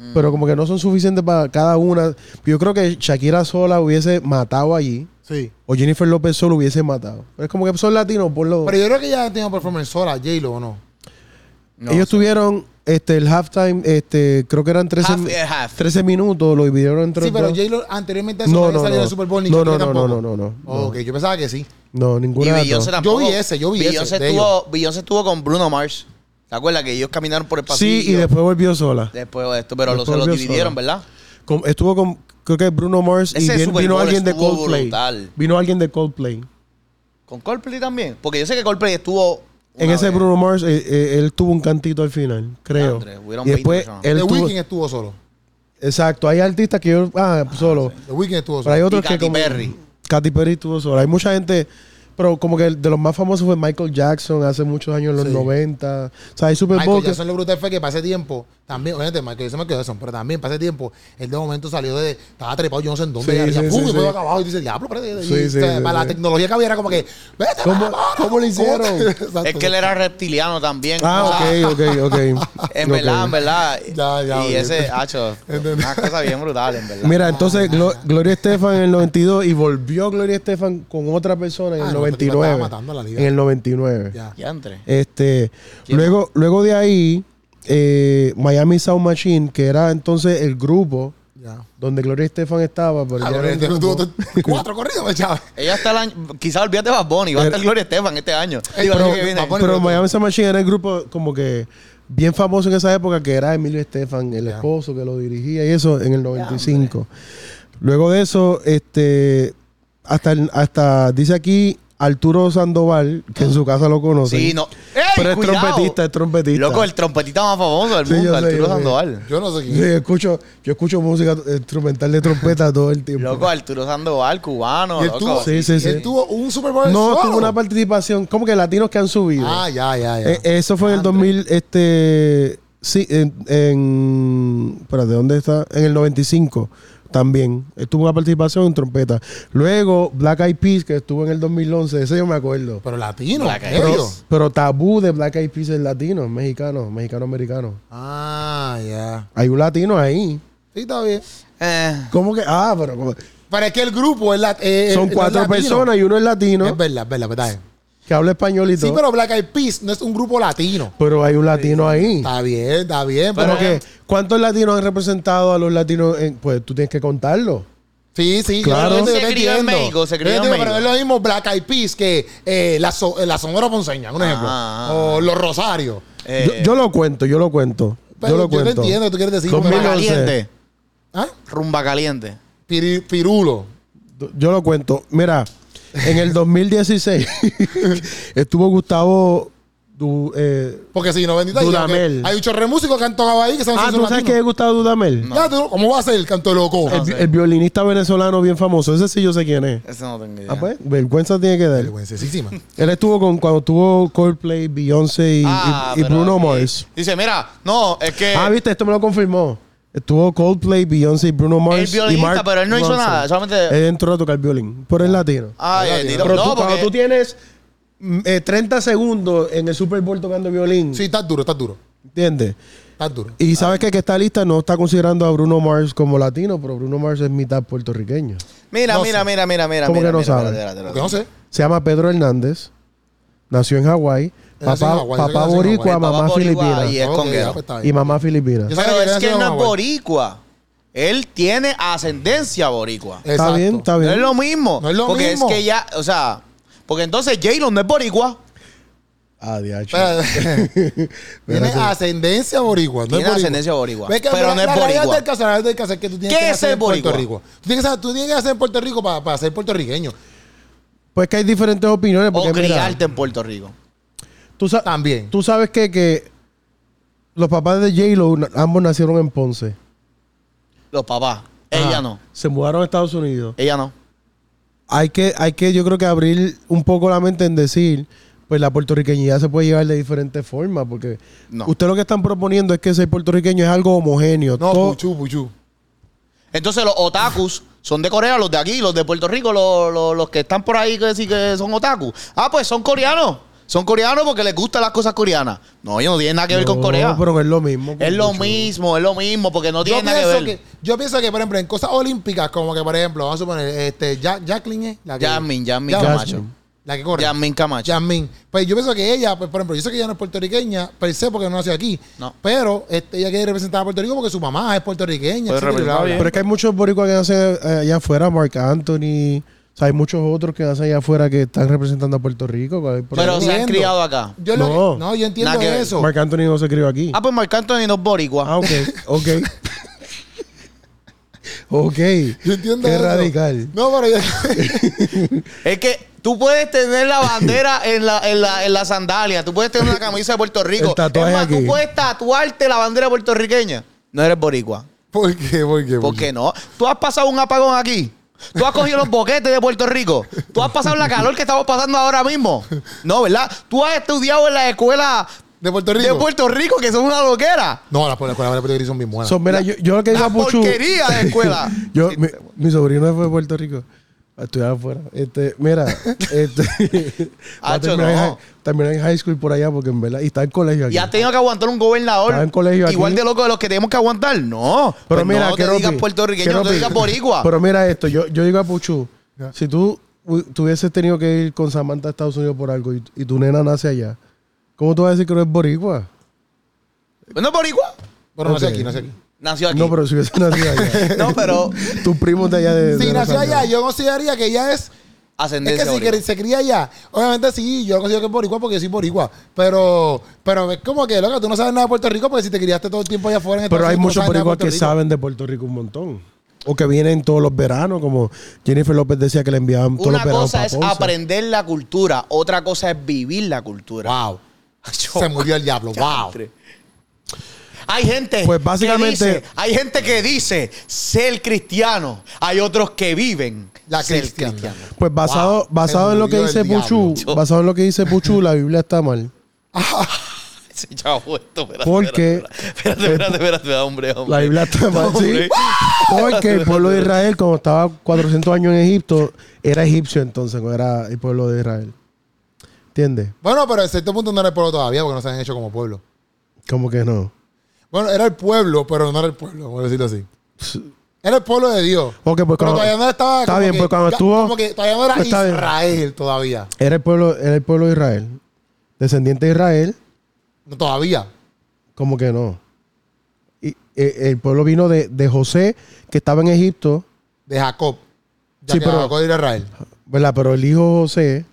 S3: Mm.
S2: pero como que no son suficientes para cada una. Yo creo que Shakira sola hubiese matado allí,
S1: Sí.
S2: o Jennifer López solo hubiese matado. Pero es como que son latinos, por lo...
S1: Pero yo creo que ya tenía performance sola, J-Lo, ¿o no?
S3: No,
S2: Ellos tuvieron este, el halftime, este, creo que eran 13,
S3: Half, eh, half.
S2: 13 minutos, lo dividieron entre
S1: Sí,
S2: los
S1: pero
S2: dos.
S1: J-Lo anteriormente a eso
S2: No,
S1: no, había
S2: no,
S1: salido
S2: no.
S1: en Super Bowl ni
S2: No,
S1: Shakira
S2: no, no,
S1: tampoco.
S2: no, no, no, no.
S1: Ok, yo pensaba que sí.
S2: No,
S3: Y
S2: ninguna. de las
S3: Beyoncé
S2: dos.
S3: tampoco.
S1: Yo vi ese, yo vi ese,
S3: Beyoncé
S1: de
S3: estuvo, Beyoncé estuvo con Bruno Mars. ¿Te acuerdas que ellos caminaron por el pasillo?
S2: Sí, y después volvió sola.
S3: Después de esto, pero lo- se
S2: Después
S3: los
S2: volvió
S3: dividieron,
S2: sola.
S3: ¿verdad?
S2: Con- estuvo con, creo que Bruno Mars y
S3: Ese
S2: bien-
S3: Super
S2: vino
S3: Bowl
S2: alguien de
S3: estuvo
S2: Coldplay.
S3: brutal.
S2: Vino alguien de Coldplay.
S3: Con Coldplay también. Porque yo sé que Coldplay estuvo. una
S2: en ese
S3: vez.
S2: Bruno Mars, eh, eh, él tuvo un cantito al final, creo.
S3: Andre, hubieron
S2: y después,
S3: 20 personas.
S2: él
S1: The
S2: tuvo-
S1: Weeknd estuvo solo.
S2: exacto, hay artistas que yo, ah, solo.
S1: The Weeknd estuvo
S2: Pero hay
S1: solo.
S2: otros
S3: Y
S2: que
S3: Katy
S2: como,
S3: Perry.
S2: Katy Perry estuvo sola. Hay mucha gente, pero como que el de los más famosos fue Michael Jackson hace muchos años, en los
S1: Sí.
S2: 90. O sea, hay Super Bowl
S1: Michael
S2: que-
S1: Jackson lo brutal fue que para ese tiempo, también, obviamente Michael Jackson, Michael Jackson, pero también para ese tiempo, él de momento salió de, estaba trepado, yo no sé en dónde,
S2: Sí,
S1: y arriba,
S2: sí,
S1: ¡pum!
S2: sí,
S1: y
S2: sí.
S1: luego acá abajo y dice, diablo, espérate, y,
S2: Sí,
S1: o
S2: sí,
S1: sea,
S2: sí,
S1: para la
S2: sí.
S1: tecnología que había era como que, vete,
S2: ¿Cómo-
S1: para la porra,
S2: cómo lo hicieron?
S1: Exacto.
S3: Es que él era reptiliano también. o
S2: Ah,
S3: sea,
S2: ok, ok, ok.
S3: En
S2: Ok.
S3: verdad, en verdad.
S1: Ya, ya,
S3: y
S1: ya.
S3: ese, hacho, una cosa bien brutal, en verdad.
S2: Mira, entonces Glo- Gloria Estefan en el 92 y volvió Gloria Estefan con otra persona en
S1: Ah,
S2: el
S1: no, este tipo estaba
S2: 99.
S1: matando a la liga.
S2: En el 99.
S1: Ya.
S3: Y entre.
S2: Este, luego, luego de ahí, eh, Miami Sound Machine, que era entonces el grupo
S1: Ya.
S2: donde Gloria Estefan estaba. Pero
S1: Ah,
S2: ya
S1: pero
S2: era un
S1: este no
S2: grupo.
S1: tuvo t- cuatro corridos, pues, chaval.
S3: Ella está el año. Quizás olvídate de Bad Bunny, va a
S2: Pero-
S3: estar Gloria Estefan este año.
S1: Ey,
S3: Digo, el
S1: pero-
S3: año que viene.
S1: Bad Bunny,
S2: pero
S1: pero-
S2: Miami Sound Machine era el grupo como que bien famoso en esa época, que era Emilio Estefan, el
S1: Ya.
S2: esposo que lo dirigía y eso en el 95. Luego de eso, este, hasta, el- hasta dice aquí Arturo Sandoval, que en su casa lo conoce.
S3: Sí, no. ¡Ey,
S2: Pero es
S3: cuidado!
S2: trompetista, es trompetista.
S3: Loco, el trompetista más famoso del
S2: Sí,
S3: mundo,
S2: yo sé,
S3: Arturo
S2: yo sé.
S3: Sandoval.
S1: Yo no sé
S2: Sí,
S1: quién.
S2: escucho, yo escucho música instrumental de trompeta todo el tiempo.
S3: Loco, Arturo Sandoval, cubano.
S1: Y él
S3: loco.
S1: tuvo,
S2: Sí, sí, sí.
S1: Él tuvo un Super Bowl
S2: no
S1: solo.
S2: tuvo una participación, como que latinos que han subido.
S1: Ah, ya, ya, ya.
S2: Eh, eso fue en el 2000, este, sí, en, en, espérate, ¿dónde está? En el 95 también. Estuvo una participación en trompeta. Luego Black Eyed Peas, que estuvo en el 2011, ese yo me acuerdo.
S1: pero latino,
S3: Black Eyed
S1: serio.
S3: Peas.
S2: Pero tabú de Black Eyed Peas es latino, es mexicano, mexicano-americano.
S1: Ah, ya.
S2: Hay un latino ahí.
S1: Sí, está bien.
S3: Eh,
S2: ¿Cómo que? Ah, pero ¿cómo?
S1: Pero es que el grupo es la, eh,
S2: son
S1: no es
S2: cuatro
S1: latino.
S2: personas y uno es latino
S1: Es verdad, es verdad, verdad.
S2: que habla español y
S1: Sí,
S2: todo. Pero,
S1: pero Black Eyed Peas no es un grupo latino.
S2: hay un latino ahí.
S1: Está bien, está bien. Pero,
S2: Como que, ¿cuántos latinos han representado a los latinos? en- pues tú tienes que contarlo.
S1: Sí, sí,
S2: Claro.
S1: yo- yo- yo
S3: Se
S1: te
S3: crió en
S1: entiendo.
S3: México, se crió
S1: Yo
S3: en
S1: entiendo, Pero es
S3: México.
S1: lo mismo Black Eyed Peas que eh, la, so- la Sonora Ponceña, un ejemplo.
S3: Ah.
S1: O Los Rosarios.
S3: eh,
S2: Yo, yo lo cuento, yo lo cuento.
S1: Pero
S2: yo lo
S1: yo te
S2: cuento.
S1: entiendo que tú quieres decir.
S2: Con
S1: pero-
S3: rumba
S2: 2011.
S3: caliente.
S1: ¿Ah?
S3: Rumba caliente.
S1: Piri- Pirulo.
S2: Yo lo cuento. Mira, en el 2016 estuvo Gustavo. Du- eh,
S1: Porque si no, bendita Dios,
S2: Dudamel.
S1: que hay un chorre músico que han tocado ahí que son
S2: ah,
S1: son
S2: ¿tú sabes quién
S1: latinos.
S2: es Gustavo Dudamel?
S1: Ya, tú, ¿Cómo va a ser el canto loco? Ah,
S2: El,
S3: sé. Eh,
S2: el violinista venezolano bien famoso. Ese sí yo sé quién es.
S3: Eso no tengo idea.
S2: Ah, pues, vergüenza tiene que dar.
S1: Vergüencesísima.
S2: Él estuvo con cuando tuvo Coldplay, Beyoncé y,
S3: Ah,
S2: y- y
S3: pero
S2: Bruno
S3: aquí-
S2: Mars.
S3: Dice, mira, no, es que.
S2: Ah, viste, esto me lo confirmó. Estuvo Coldplay, Beyoncé y Bruno Mars.
S3: El violinista,
S2: y Mark
S3: pero él no hizo
S2: Ronson.
S3: nada, solamente-
S2: Él entró a tocar violín, pero es latino.
S3: Ay,
S1: Pero
S3: bendito.
S2: Pero tú,
S3: no,
S2: cuando
S3: porque.
S2: tú tienes mm, eh, 30 segundos en el Super Bowl tocando violín,
S1: Sí, estás duro, estás duro.
S2: ¿entiendes?
S1: Estás duro.
S3: Ah.
S2: Y sabes que, que esta lista no está considerando a Bruno Mars como latino, pero Bruno Mars es mitad puertorriqueño.
S3: Mira,
S1: No
S3: mira,
S1: sé.
S3: mira, mira, mira.
S2: ¿Cómo
S3: mira,
S2: que no
S3: mira,
S2: sabe?
S3: espérate, espérate,
S1: Porque no sé.
S2: Se llama Pedro Hernández, nació en Hawái,
S1: Nació en
S2: papá,
S1: Hawái,
S2: papá
S1: nació en
S2: boricua,
S1: Hawái.
S3: El papá
S2: mamá
S3: boricua
S2: filipina.
S3: y es
S1: Ok,
S3: conguero.
S1: ya, pues, está
S2: Y
S1: bien.
S2: mamá filipina.
S1: Yo sabía
S3: Pero es
S1: había
S3: que
S1: nacido
S3: él
S1: en
S3: no es
S1: Hawái.
S3: boricua. Él tiene ascendencia boricua.
S2: Está
S1: Exacto.
S2: bien, está
S3: No
S2: bien.
S3: es lo mismo.
S1: No es lo
S3: porque
S1: mismo.
S3: es que ya, o sea, porque entonces Jalen no es boricua.
S2: Ah, diacho.
S1: Espérate. Tiene
S2: Espérate.
S1: ascendencia boricua. No
S3: Tiene
S1: es boricua.
S3: ascendencia boricua,
S1: Ve que
S3: pero
S1: la-
S3: no es
S1: la realidad
S3: boricua.
S1: del caso, la realidad del caso es que tú tienes
S3: ¿Qué
S1: que
S3: es
S1: nacer
S3: el
S1: en Puerto
S3: boricua?
S1: Rico. Tú tienes que sa- tú tienes que nacer en Puerto Rico para, para ser puertorriqueño.
S2: Pues que hay diferentes opiniones.
S3: O
S2: Porque, mira,
S3: criarte en Puerto Rico.
S2: tú, sa-
S1: También.
S2: tú sabes que, que los papás de J-Lo, na- ambos nacieron en Ponce.
S3: Los papás. Ella
S2: Ajá.
S3: no.
S2: Se mudaron a Estados Unidos.
S3: Ella no.
S2: Hay que, hay que, yo creo que abrir un poco la mente en decir, pues la puertorriqueñidad se puede llevar de diferentes formas, porque
S3: No.
S2: usted lo que están proponiendo es que ser puertorriqueño es algo homogéneo.
S1: No,
S2: Todo-
S1: puchú, puchú.
S3: Entonces los otakus son de Corea, los de aquí, los de Puerto Rico, los, los- los que están por ahí que sí que son otakus. Ah, pues son coreanos. Son coreanos porque les gustan las cosas coreanas. No, ellos no tienen nada que ver con
S2: No,
S3: Corea.
S2: pero es lo mismo. con
S3: es lo
S2: mucho.
S3: mismo, es lo mismo, porque no
S1: Yo
S3: tiene nada que ver.
S1: pienso que, yo pienso que, por ejemplo, en cosas olímpicas, como que, por ejemplo, vamos a suponer, este, Ja- Jacqueline es la que.
S3: Jasmine, Jasmine
S1: Jasmine,
S3: Camacho.
S1: La que corre.
S3: Jasmine Camacho.
S1: Jasmine. Pues yo pienso que ella, pues, por ejemplo, yo sé que ella no es puertorriqueña, per se, porque no nació aquí.
S3: No.
S1: Pero este, ella quiere representar a Puerto Rico porque su mamá es puertorriqueña. etcétera,
S3: Puede
S1: y bla,
S3: representar
S1: bla, bla.
S3: bien.
S2: Pero es que hay muchos boricuas que nacen eh, allá afuera, Mark Anthony. O sea, hay muchos otros que nacen allá afuera que están representando a Puerto Rico. ¿cuál es el
S3: Pero
S2: problema?
S3: se han
S1: entiendo.
S3: criado acá.
S1: Yo lo
S2: No.
S1: que- no, yo entiendo
S3: Nada que ver.
S1: eso.
S2: Mark Anthony no se crió aquí.
S3: Ah, pues Marc Anthony no es boricua.
S2: Ah, ok, ok. ok.
S1: Yo entiendo
S2: Qué
S1: eso.
S2: radical.
S1: No, pero yo-
S3: Es que tú puedes tener la bandera en la, en, la, en la sandalia, tú puedes tener una camisa de Puerto Rico.
S2: El tatuaje
S3: es más,
S2: aquí.
S3: tú puedes tatuarte la bandera puertorriqueña. No eres boricua.
S1: ¿Por qué? ¿Por qué?
S3: ¿Por qué no? Tú has pasado un apagón aquí. Tú has cogido los boquetes de Puerto Rico. Tú has pasado la calor que estamos pasando ahora mismo. No, ¿verdad? Tú has estudiado en la escuela
S1: ¿De Puerto Rico?
S3: de Puerto Rico, que son una loquera.
S1: No, las escuelas de Puerto Rico son bien buenas.
S2: So, mira, yo, yo lo que digo
S3: La
S2: a Puchu.
S3: porquería de escuela.
S2: yo, mi, mi sobrino fue a Puerto Rico a estudiar afuera. Este, mira, este, va a
S3: Hacho,
S2: terminar en
S3: no.
S2: high- terminar en high school por allá porque en verdad. Y está en colegio aquí.
S3: Y has tenido que aguantar un gobernador
S2: Estaba en colegio
S3: igual
S2: aquí.
S3: de loco de los que tenemos que aguantar. No.
S2: Pero
S3: Pues
S2: mira,
S3: no te
S2: Keropi,
S3: digas puertorriqueño, no te
S2: Keropi,
S3: digas boricua.
S2: Pero mira esto, yo, yo digo a Puchu,
S1: Ya.
S2: si tú hu- tuvieses tenido que ir con Samantha a Estados Unidos por algo y, y tu nena nace allá, ¿cómo tú vas a decir que no es boricua?
S3: Pues ¿No es boricua?
S1: Pero no sé
S2: Ok.
S1: aquí, no sé aquí.
S3: Nació aquí.
S2: No, pero si hubiese nacido allá.
S3: No, pero
S2: Tus primos de allá de. de
S1: Si
S2: Los
S1: nació allá,
S2: Ángeles.
S1: yo consideraría que ella es. Es
S3: ascendencia
S1: que si
S3: boricua.
S1: que se cría allá, obviamente sí, yo considero que es boricua porque yo soy boricua. Pero, pero es como que, loca, tú no sabes nada de Puerto Rico porque si te criaste todo el tiempo allá afuera en
S2: Pero
S1: Estados
S2: hay
S1: Unidos, no
S2: muchos
S1: sabes nada de
S2: boricuas que
S1: Puerto Rico.
S2: saben de Puerto Rico un montón. O que vienen todos los veranos, como Jennifer López decía que le enviaban todos
S3: Una
S2: los veranos.
S3: cosa
S2: pa'
S3: es
S2: Ponce.
S3: aprender la cultura, otra cosa es vivir la cultura.
S1: Wow. Se murió el diablo, wow.
S3: Diantre. Hay gente.
S2: Pues
S3: que
S2: básicamente-
S3: dice- hay gente que dice ser cristiano. Hay otros que viven
S1: La
S3: ser
S1: cristiana.
S2: Pues basado,
S1: Wow,
S2: basado
S1: se
S2: en lo que
S1: murió
S2: dice
S1: el
S2: Puchu,
S3: diablo.
S2: basado en lo que dice Puchu, la Biblia está mal.
S3: Sí, chavo, esto, espérate,
S2: Porque-
S3: Espérate, espérate, espérate, hombre, hombre.
S2: La Biblia está mal, sí.
S3: Hombre.
S2: Porque el pueblo de Israel, cuando estaba 400 años en Egipto, era egipcio entonces, no era el pueblo de Israel. ¿Entiendes?
S1: Bueno, pero en cierto punto no era el pueblo todavía porque no se han hecho como pueblo.
S2: Como que no.
S1: Bueno, era el pueblo, pero no era el pueblo, por decirlo así. Era el pueblo de Dios.
S2: Ok,
S1: pero
S2: pues cuando-
S1: todavía no estaba.
S2: Está
S1: como
S2: bien,
S1: que-
S2: pues cuando
S1: ya-
S2: estuvo-
S1: Como que todavía no era
S2: pues está bien.
S1: Israel todavía.
S2: Era el pueblo, era el pueblo de Israel. Descendiente de Israel,
S1: No, todavía.
S2: como que no. Y, eh, el pueblo vino de, de José, que estaba en Egipto,
S1: De Jacob. Ya
S2: Sí,
S1: que
S2: pero-
S1: Jacob era Israel.
S2: ¿verdad? Pero el hijo José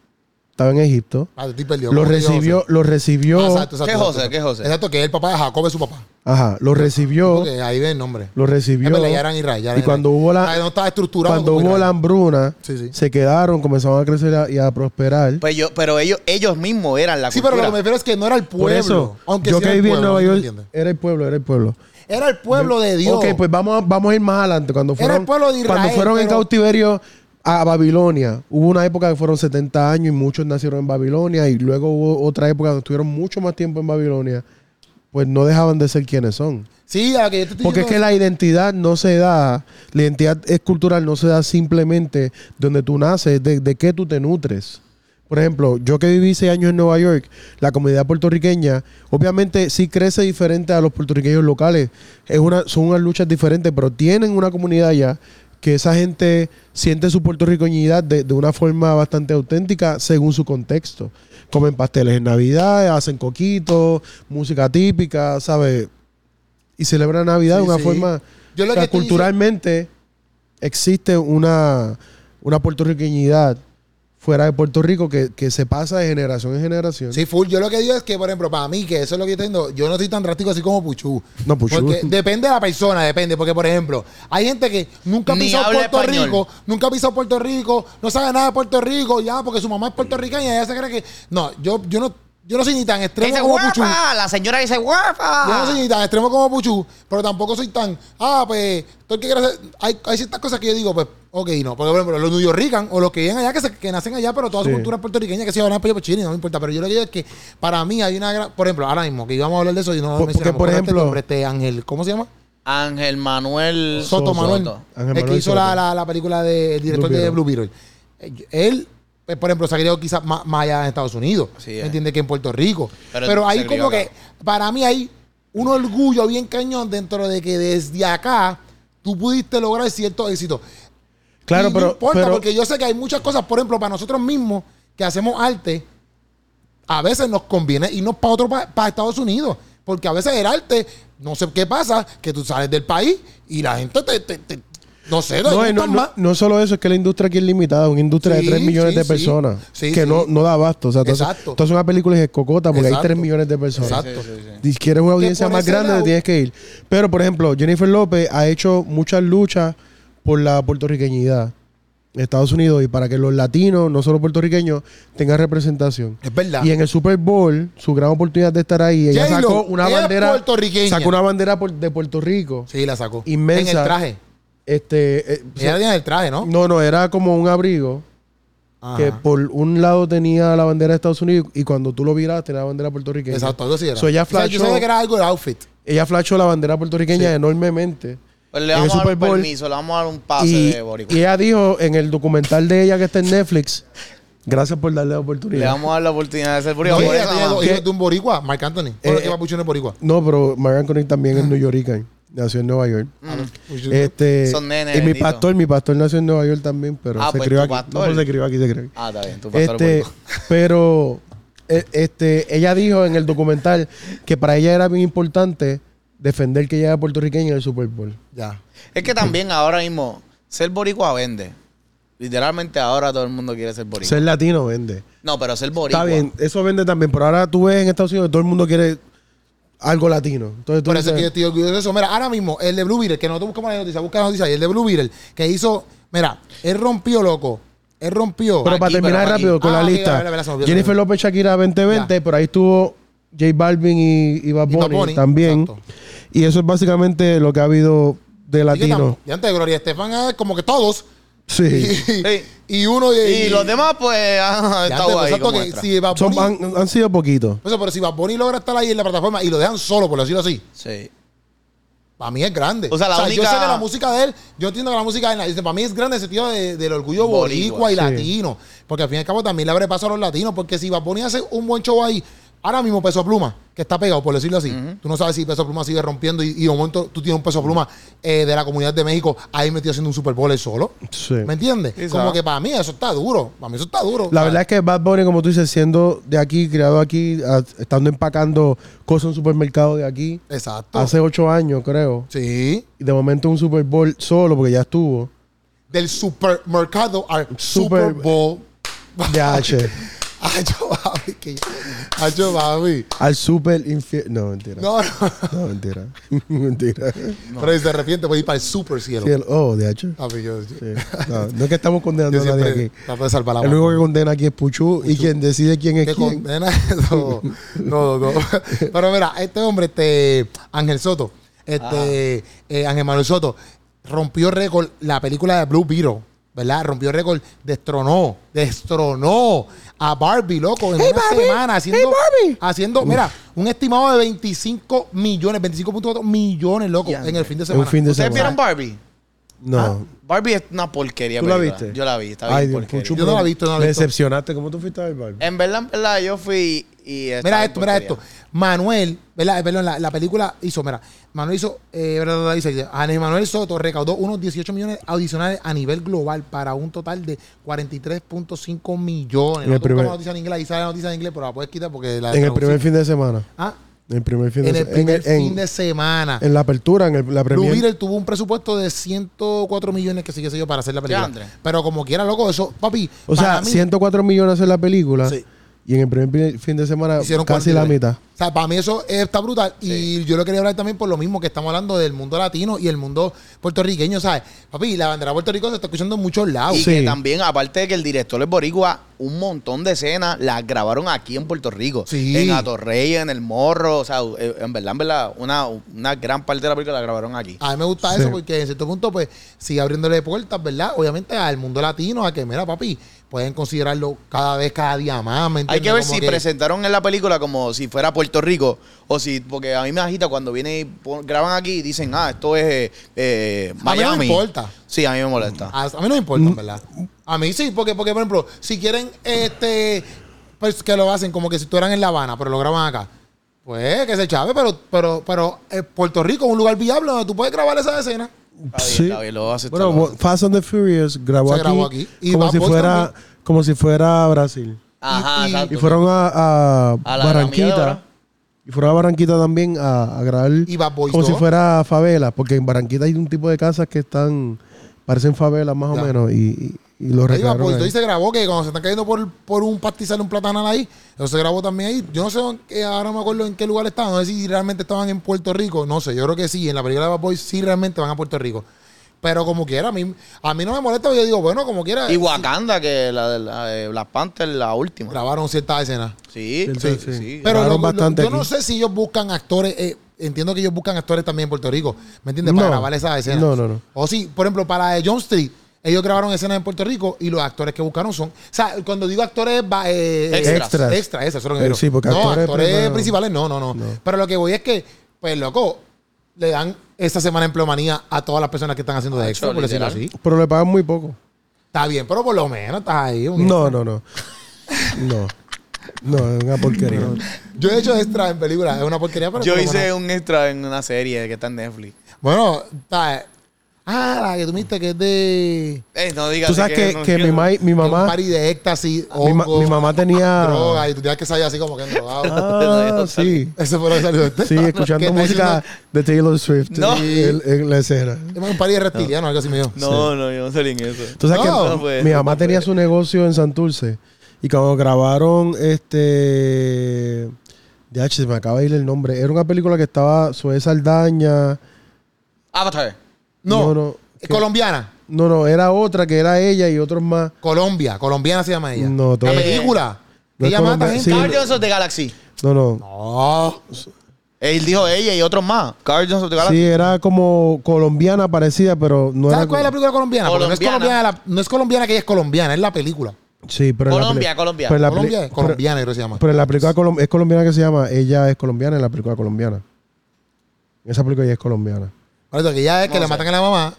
S2: estaba en Egipto.
S1: Ah, estoy perdido.
S2: Lo
S1: ¿Cómo que
S2: recibió,
S1: José?
S2: lo
S1: Ah,
S2: recibió.
S1: exacto, exacto,
S3: ¿Qué
S1: exacto,
S3: José?
S1: exacto.
S3: ¿Qué José?
S1: Exacto, que el papá de Jacob es su papá.
S2: Ajá, lo recibió.
S1: Porque ahí ven el nombre.
S2: Lo
S1: Es
S2: recibió.
S1: verdad, ya eran Israel. ya eran
S2: Y cuando
S1: Israel.
S2: hubo la-
S1: Ah, no estaba estructurado.
S2: Cuando
S1: como
S2: hubo la
S1: Israel.
S2: hambruna,
S1: Sí, sí.
S2: se quedaron, comenzaron a crecer a- y a prosperar.
S3: Pues yo- pero ellos, ellos mismos eran la
S1: Sí,
S3: cultura.
S1: pero lo que me refiero es que no era el pueblo.
S2: Por eso,
S1: aunque
S2: yo
S1: sí era
S2: que
S1: el
S2: viví en
S1: pueblo,
S2: Nueva
S1: ¿sí me
S2: York,
S1: entiendes?
S2: era el pueblo, era el pueblo.
S1: Era el pueblo de Dios.
S2: Ok, pues vamos, a- vamos a ir más adelante. Cuando
S1: Era
S2: fueron,
S1: el pueblo de Israel,
S2: cuando fueron en
S1: pero-
S2: cautiverio a Babilonia, hubo una época que fueron 70 años y muchos nacieron en Babilonia y luego hubo otra época donde estuvieron mucho más tiempo en Babilonia, pues no dejaban de ser quienes son.
S1: Sí, a lo que yo te estoy
S2: Porque es que
S1: diciendo-
S2: la identidad no se da, la identidad es cultural no se da simplemente donde tú naces, de, de qué tú te nutres. Por ejemplo, yo que viví seis años en Nueva York, la comunidad puertorriqueña, obviamente sí crece diferente a los puertorriqueños locales. Es una, son unas luchas diferentes, pero tienen una comunidad ya que esa gente siente su puertorriqueñidad de, de una forma bastante auténtica según su contexto. Comen pasteles en Navidad, hacen coquitos, música típica, ¿sabes? y celebra Navidad
S1: Sí,
S2: de una
S1: sí.
S2: forma.
S1: Yo lo
S2: o sea,
S1: que estoy
S2: culturalmente existe una, una puertorriqueñidad fuera de Puerto Rico que, que se pasa de generación en generación.
S1: Sí, full. Yo lo que digo es que, por ejemplo, para mí, que eso es lo que yo tengo, yo no soy tan drástico así como Puchu.
S2: No, Puchu.
S1: Porque depende de la persona, depende. Porque, por ejemplo, hay gente que nunca ha
S3: Ni
S1: pisado
S3: habla
S1: Puerto
S3: español.
S1: Rico, nunca ha pisado Puerto Rico, no sabe nada de Puerto Rico, ya, porque su mamá es puertorriqueña, ella se cree que. No, yo, yo no, yo no soy ni tan
S3: Que
S1: extremo
S3: dice
S1: como Puchu.
S3: guapa, la señora dice guapa.
S1: Yo no
S2: Ah.
S1: soy ni tan extremo como Puchu, pero tampoco soy tan. Ah, pues, todo el que quiera hacer- Hay, hay ciertas cosas que yo digo, pues, ok, no. Porque, por ejemplo, los nuyorican o los que viven allá, que, se- que nacen allá, pero toda
S2: Sí.
S1: su cultura es puertorriqueña, que se van a pelear por Chile, no me importa. Pero yo lo que digo es que para mí hay una gran. Por ejemplo, ahora mismo, que íbamos a hablar de eso y no
S2: Por-
S1: lo
S2: porque,
S1: mencionamos.
S2: por
S1: pero
S2: ejemplo-
S1: este nombre, este Ángel, ¿cómo se llama?
S3: Ángel Manuel
S1: Soto, Manuel.
S2: Ángel
S1: el que
S2: Manuel
S1: hizo
S2: Soto.
S1: la, la- la película del director
S2: Blue
S1: de
S2: Beetle.
S1: Blue Beetle. Eh, Él, eh, por entiendo, se ha criado quizás ma- más, allá en Estados Unidos.
S3: Así
S1: ¿me
S3: es.
S1: entiende que en Puerto Rico.
S3: Pero
S1: Pero,
S3: se
S1: ahí
S3: crió
S1: como
S3: acá.
S1: que, para mí hay un orgullo bien cañón dentro de que desde acá tú pudiste lograr cierto éxito.
S2: claro,
S1: Y
S2: pero,
S1: No importa,
S2: pero-
S1: porque yo sé que hay muchas cosas, por ejemplo, para nosotros mismos que hacemos arte, a veces nos conviene irnos para otro, para Estados Unidos. Porque a veces el arte, no sé qué pasa, que tú sales del país y la gente te. te- te- no sé, te
S2: no,
S1: gustan
S2: no, no-
S1: más.
S2: no solo eso, es que la industria aquí es limitada, una industria
S1: Sí,
S2: de 3 millones
S1: sí,
S2: de
S1: sí.
S2: personas
S1: Sí,
S2: que
S1: sí.
S2: No, no da abasto. O sea, entonces,
S1: Exacto.
S2: entonces una película es cocota porque hay
S1: Exacto.
S2: 3 millones de personas.
S1: Exacto.
S2: Si quieres una audiencia
S1: por
S2: más
S1: ese
S2: grande,
S1: lado-
S2: te tienes que ir. Pero, por ejemplo, Jennifer López ha hecho muchas luchas por la puertorriqueñidad en Estados Unidos y para que los latinos, no solo puertorriqueños, tengan representación.
S1: Es verdad.
S2: Y en el Super Bowl, su gran oportunidad de estar ahí, ella
S1: J-Lo
S2: sacó una
S1: es
S2: bandera,
S1: puertorriqueña.
S2: sacó una bandera por- de Puerto Rico,
S1: Sí, la sacó.
S2: inmensa.
S1: En el traje.
S2: Este, eh,
S1: Ella tenía el traje, ¿no?
S2: no, no, era como un abrigo
S1: Ajá.
S2: que por un lado tenía la bandera de Estados Unidos y cuando tú lo miras tenía la bandera puertorriqueña.
S1: Exacto, algo así era.
S2: So, ella
S1: O sea, yo
S2: flashó-
S1: sabía que era algo de outfit.
S2: Ella flashó la bandera puertorriqueña enormemente.
S3: Pues le
S2: en
S3: vamos
S2: el
S3: a dar un
S2: Super Bowl.
S3: permiso, le vamos a dar un pase
S2: y,
S3: de Ah, Boricua.
S2: y ella dijo en el documental de ella que está en Netflix, gracias por darle la
S3: Le
S2: oportunidad.
S3: vamos a dar la oportunidad de ser Boricua.
S1: No,
S3: Por
S1: ella
S3: eso,
S1: tenía
S3: mamá.
S1: dos
S2: ¿Qué?
S1: hijos de un boricua, Marc Anthony. Bueno,
S2: Eh,
S1: que Papucho no es boricua.
S2: No, pero Marianne Connick también es neoyoricana, nació en Nueva York.
S3: Ah,
S1: Puchu-
S2: Este,
S3: Son nenes,
S2: y mi
S3: bendito.
S2: pastor, mi pastor nació en Nueva York también, pero
S3: Ah,
S2: se
S3: pues
S2: crió
S3: tu
S2: aquí. No,
S3: pastor.
S1: Este,
S2: pero se crió aquí, se crió aquí.
S3: Ah, está bien, tu pastor
S2: Este,
S3: Boricua.
S2: pero eh, este, ella dijo en el documental que para ella era bien importante defender que ella era puertorriqueña en el Super Bowl.
S1: Ya.
S3: Es que también ahora mismo, ser boricua vende. Literalmente ahora todo el mundo quiere ser boricua.
S2: Ser latino vende.
S3: no, pero ser boricua.
S2: Está bien, eso vende también, pero ahora tú ves en Estados Unidos que todo el mundo quiere algo latino. Entonces, tú
S1: Por eso es
S2: dices,
S1: que yo estoy orgulloso de eso. Mira, ahora mismo, el de Blue Beetle, que nosotros buscamos la noticia, busca la noticia, y el de Blue Beetle, que hizo, mira, él rompió, loco. Él rompió.
S2: Pero para
S3: Aquí,
S2: terminar
S3: pero aquí.
S2: rápido con
S1: Ah,
S2: la
S1: ok,
S2: lista,
S1: vale, vale, vale, se me olvidó, se
S2: Jennifer
S1: me
S2: López Shakira 2020, pero ahí estuvo J Balvin y, y Bad
S1: Y Bad
S2: Bunny
S1: Bunny,
S2: también.
S1: exacto.
S2: Y eso es básicamente lo que ha habido de
S1: Así que
S2: latino.
S1: tam- Y antes de Gloria Estefan, ah, como que todos.
S2: Sí.
S3: Sí.
S1: Y uno de.
S3: Y los demás, pues, han
S1: y antes,
S3: estado ahí.
S1: exacto,
S3: como
S1: que
S3: extra.
S1: si Bad
S2: Son-
S1: Bunny-
S2: han, han sido poquitos.
S1: Por eso, pero si Bad Bunny logra estar ahí en la plataforma y lo dejan solo, por decirlo así,
S3: Sí.
S1: para mí es grande.
S3: O sea, la única-
S1: yo sé que la música de él, yo entiendo que la música de él, dice, para mí es grande en el sentido de- del orgullo
S3: Boricua,
S1: boricua y
S2: sí.
S1: latino. Porque al fin y al cabo también le abre paso a los latinos, porque si Bad Bunny hace un buen show ahí, ahora mismo Peso Pluma, que está pegado, por decirlo así, tú no sabes si Peso Pluma sigue rompiendo y, y de momento tú tienes un Peso Pluma eh, de la Comunidad de México ahí metido haciendo un Super Bowl él solo.
S2: Sí.
S1: ¿Me entiendes?
S3: Sí,
S1: Como
S3: sabe.
S1: que para mí eso está duro. Para mí eso está duro.
S2: La verdad es que Bad Bunny, como tú dices, siendo de aquí, criado aquí, a- estando empacando cosas en un supermercado de aquí,
S1: Exacto.
S2: hace ocho años, creo.
S1: Sí.
S2: Y de momento un Super Bowl solo, porque ya estuvo.
S1: Del supermercado al
S2: Super-
S1: Super Bowl.
S2: De H.
S1: Ay, yo, papi, que Ay, yo, papi.
S2: al Super Infierno. No, mentira.
S1: No, no.
S2: No, mentira. mentira.
S1: Pero si se arrepiente, voy a ir para el super cielo.
S2: Sí, el- oh, de H.
S1: Papi, yo, yo,
S2: Sí. No, no es que estamos condenando
S1: yo
S2: a nadie aquí.
S1: siempre trato de salvar la
S2: El
S1: mano.
S2: único que condena aquí es Puchu, y quien decide quién es
S1: Que
S2: quién.
S1: condena eso. No, no, no. Pero mira, este hombre, este Ángel Soto, este eh, Ángel Manuel Soto, rompió récord la película de Blue Beetle, ¿verdad? Rompió récord, destronó, destronó a Barbie, loco, en una semana haciendo, haciendo, mira, un estimado de 25 millones, 25.4 millones, loco,
S3: Ya,
S1: en el fin de
S2: En
S1: semana.
S2: un fin de
S3: ¿Ustedes vieron
S2: semana.
S3: Barbie?
S2: No.
S1: Ah,
S3: Barbie es una porquería.
S2: ¿Tú la
S3: película.
S2: viste?
S3: Yo la vi, está bien
S2: Ay, Dios,
S3: porquería.
S2: Puchu,
S1: Yo no la he visto, no la he
S2: me
S1: visto. Eh,
S2: decepcionaste. ¿Cómo tú fuiste a ver Barbie?
S3: En verdad, en verdad, yo fui y... está
S1: Mira
S3: bien
S1: esto, mira esto.
S3: porquería.
S1: Manuel, ¿verdad? Eh, Perdón, la, la película hizo, mira, Manuel hizo, eh, bla, bla, bla, dice, Ángel Manuel Soto recaudó unos 18 millones adicionales a nivel global para un total de 43.5 millones.
S2: En
S1: Nosotros
S2: el
S1: buscamos
S2: primer-
S1: la noticia en inglés, ahí sale la noticia en inglés, pero la puedes quitar porque la
S2: En el primer
S1: traducí.
S2: fin de semana.
S1: Ah,
S2: En el primer fin de
S1: en el
S2: semana. En,
S1: primer
S2: el- en-
S1: fin de semana.
S2: en la apertura, en el- la
S1: Blue
S2: premier.
S1: Beetle tuvo un presupuesto de 104 millones que sí que sé yo para hacer la película.
S3: Andre.
S1: Pero como quiera, loco, eso, papi,
S2: O sea,
S1: para mí,
S2: 104 millones en la película.
S1: Sí.
S2: Y en el primer pi- fin de semana,
S1: Hicieron
S2: Ah, casi la
S1: 43.
S2: mitad.
S1: O sea, para mí eso está brutal. Y yo lo quería hablar también por lo mismo que estamos hablando del mundo latino y el mundo puertorriqueño, ¿sabes? Papi, la bandera puertorriqueña se está escuchando en muchos lados.
S3: Y
S2: Ah, Sí.
S3: que también, aparte de que el director es boricua, un montón de escenas las grabaron aquí en Puerto Rico.
S1: Sí.
S3: En Atorrey, en El Morro. O sea, eh, en verdad, en verdad, una, una gran parte de la película la grabaron aquí.
S1: A mí me gusta
S2: Sí.
S1: eso porque en cierto punto, pues, sigue abriéndole puertas, ¿verdad? Obviamente al mundo latino, a que, mira, papi, pueden considerarlo cada vez, cada día más, ¿me
S3: Hay
S1: entiendes?
S3: que ver
S1: Como
S3: si presentaron en la película como si fuera Puerto Rico o si, porque a mí me agita cuando viene y pon- graban aquí y dicen, ah, esto es eh, eh,
S1: A mí
S3: Miami.
S1: no me importa.
S3: Sí, a mí me molesta.
S1: A, a mí no me importa, en ¿verdad? A mí sí, porque, porque por ejemplo, si quieren, este, pues que lo hacen como que si estuvieran en La Habana, pero lo graban acá. Pues que se chave, pero, pero, pero eh, Puerto Rico es un lugar viable donde tú puedes grabar esa escena.
S3: Está bien, está bien, lo acepto,
S2: Bueno,
S3: lo
S2: Wa- Fast and the Furious grabó,
S1: Se grabó
S2: aquí,
S1: aquí. Y
S2: como,
S1: Bad
S2: si
S1: Boys
S2: fuera,
S1: también.
S2: como si fuera Brasil.
S3: Ajá,
S1: y-
S3: exacto.
S2: Y fueron a, a
S3: A la- a la
S2: Barranquita.
S3: milladora.
S2: y fueron a Barranquita también a, a grabar
S1: Y Bad Boys
S2: como si
S1: 2.
S2: fuera favela, porque en Barranquita hay un tipo de casas que están, parecen favelas más
S1: Ya.
S2: o menos, y, y, y lo
S1: Ahí va,
S2: recrearon
S1: pues,
S2: ahí.
S1: y se grabó que cuando se están cayendo por, por un pastizal, un platanal ahí, eso se grabó también ahí. Yo no sé, en qué- ahora no me acuerdo en qué lugar estaban, no sé si realmente estaban en Puerto Rico, no sé, yo creo que sí, en la película de Bad Boys sí realmente van a Puerto Rico. Pero como quiera, a mí, a mí no me molesta, yo digo, bueno, como quiera,
S3: Y Wakanda, que la de la, de Black Panther, la última.
S1: grabaron ciertas escenas.
S3: Sí,
S2: Sí,
S3: sí,
S2: sí.
S3: sí.
S1: Pero
S2: Grabaron
S1: lo- lo-
S2: bastante
S1: yo no
S2: aquí.
S1: sé si ellos buscan actores. eh, entiendo que ellos buscan actores también en Puerto Rico. ¿Me entiendes? Para
S2: No.
S1: grabar esas escenas.
S2: No, no, no.
S1: O sí, por ejemplo, para eh, John Street, ellos grabaron escenas en Puerto Rico y los actores que buscaron son. O sea, cuando digo actores. va, eh,
S3: Extras.
S1: Extras, extras, eso es lo que
S2: Eh,
S1: quiero.
S2: sí, porque
S1: no,
S2: actores pues,
S1: actores,
S2: primero-
S1: principales, no, no, no, Pero lo que voy es que, pues, loco, le dan esta semana de empleomanía a todas las personas que están haciendo de
S3: Macho,
S1: extra, por decirlo
S3: literal.
S1: así.
S2: Pero le pagan muy poco.
S1: Está bien, pero por lo menos estás ahí. un
S2: No, no, no. No. No, es una porquería.
S1: Yo he hecho extras en películas, es una porquería, pero.
S3: Yo
S1: por lo menos-
S3: hice un extra en una serie que está en Netflix.
S1: Bueno, ta- Ah, la que tú viste que es de.
S3: Eh, no digas
S2: Tú sabes que,
S3: no
S2: que mi,
S3: quiero.
S2: ma- mi
S1: de un
S2: mamá.
S1: party de éxtasis.
S2: Mi, ma-
S1: hongos,
S2: mi mamá tenía.
S1: Droga, y tú tienes que salir así como que drogado.
S2: Ah, sí.
S1: Eso fue lo que salió de este.
S2: Sí, escuchando
S1: Que está
S2: música de Taylor Swift
S3: No.
S2: en, en la escena.
S1: diciendo- Es un party de reptiliano, algo así me dijo.
S3: No, no, yo no sé ni en eso.
S2: Tú sabes que
S1: No,
S2: mi-
S3: pues,
S2: mi
S3: no
S2: mamá tenía su negocio en Santurce y cuando grabaron este. Ya, se me acaba de ir el nombre. Era una película que estaba Suez Saldaña.
S3: Avatar.
S1: No,
S2: No, no,
S1: Es
S2: que-
S1: colombiana.
S2: No, no, era otra que era ella y otros más.
S1: Colombia. Colombiana se llama ella.
S2: No,
S1: La
S2: todo-
S1: película.
S2: No es
S1: ella mata
S2: colombiana,
S1: gente.
S2: Sí.
S3: Guardians of the Galaxy.
S2: No, no.
S1: No.
S3: Él dijo ella y otros más. Guardians of the Galaxy.
S2: Sí, era como colombiana parecida, pero no
S1: ¿Sabes
S2: era.
S1: cuál es la película colombiana? Porque
S3: Colombiana.
S1: No, es colombiana la- no es colombiana que ella es colombiana, es la película.
S2: Sí, pero en la
S3: Colombia,
S2: peli-
S3: Colombia.
S2: pero en la peli-
S1: Colombia,
S2: pero-
S1: colombiana creo que se llama.
S2: Pero en la película colom- es colombiana que se llama, ella es colombiana en la película colombiana. En esa película ella es colombiana.
S1: Ahorita que ya es que
S3: No
S1: le
S3: sé.
S1: matan a la mamá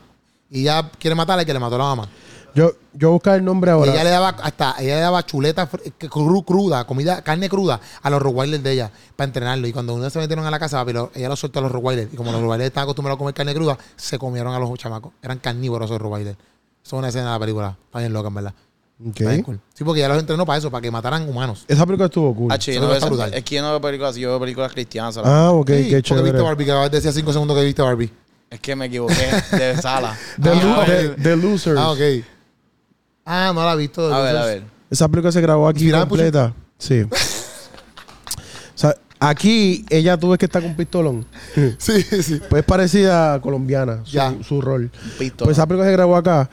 S1: y ya quiere matar al que le mató a la mamá.
S2: Yo, yo buscar el nombre
S1: Y
S2: ahora.
S1: ella le daba hasta ella le daba chuleta fr- cru- cruda, comida, carne cruda a los Rottweilers de ella para entrenarlo. Y cuando uno se metieron a la casa, papi, lo- ella los soltó a los Rottweilers. Y como los Rottweilers estaban acostumbrados a comer carne cruda, se comieron a los chamacos. Eran carnívoros esos Rottweilers. Eso es una escena de la película. Está bien loca, en verdad.
S2: Ok.
S1: Está bien cool. Sí, porque ella los entrenó para eso, para que mataran humanos.
S2: Esa película estuvo cool.
S3: Ah, chido,
S1: Eso está
S3: eso-
S1: brutal.
S3: es que yo no veo películas, yo veo películas cristianas. ¿sabes?
S2: Ah, ok,
S1: Sí,
S2: qué
S1: porque
S2: chévere.
S1: viste Barbie, que acabas de decir hace cinco segundos que viste Barbie.
S3: Es que me equivoqué de sala.
S2: The,
S1: Ah,
S2: Lo-
S1: ok.
S2: The- The Losers.
S1: Ah, ok. Ah, no la he visto.
S3: A ver, a
S1: Entonces,
S3: ver.
S2: Esa película se grabó aquí
S1: Inspirada en
S2: completa. Sí. o sea, aquí ella tuve que estar con un pistolón.
S1: Sí, sí.
S2: Pues parecida a colombiana, su,
S1: Ya.
S2: su rol.
S3: Pisto.
S2: Pues esa película se grabó acá.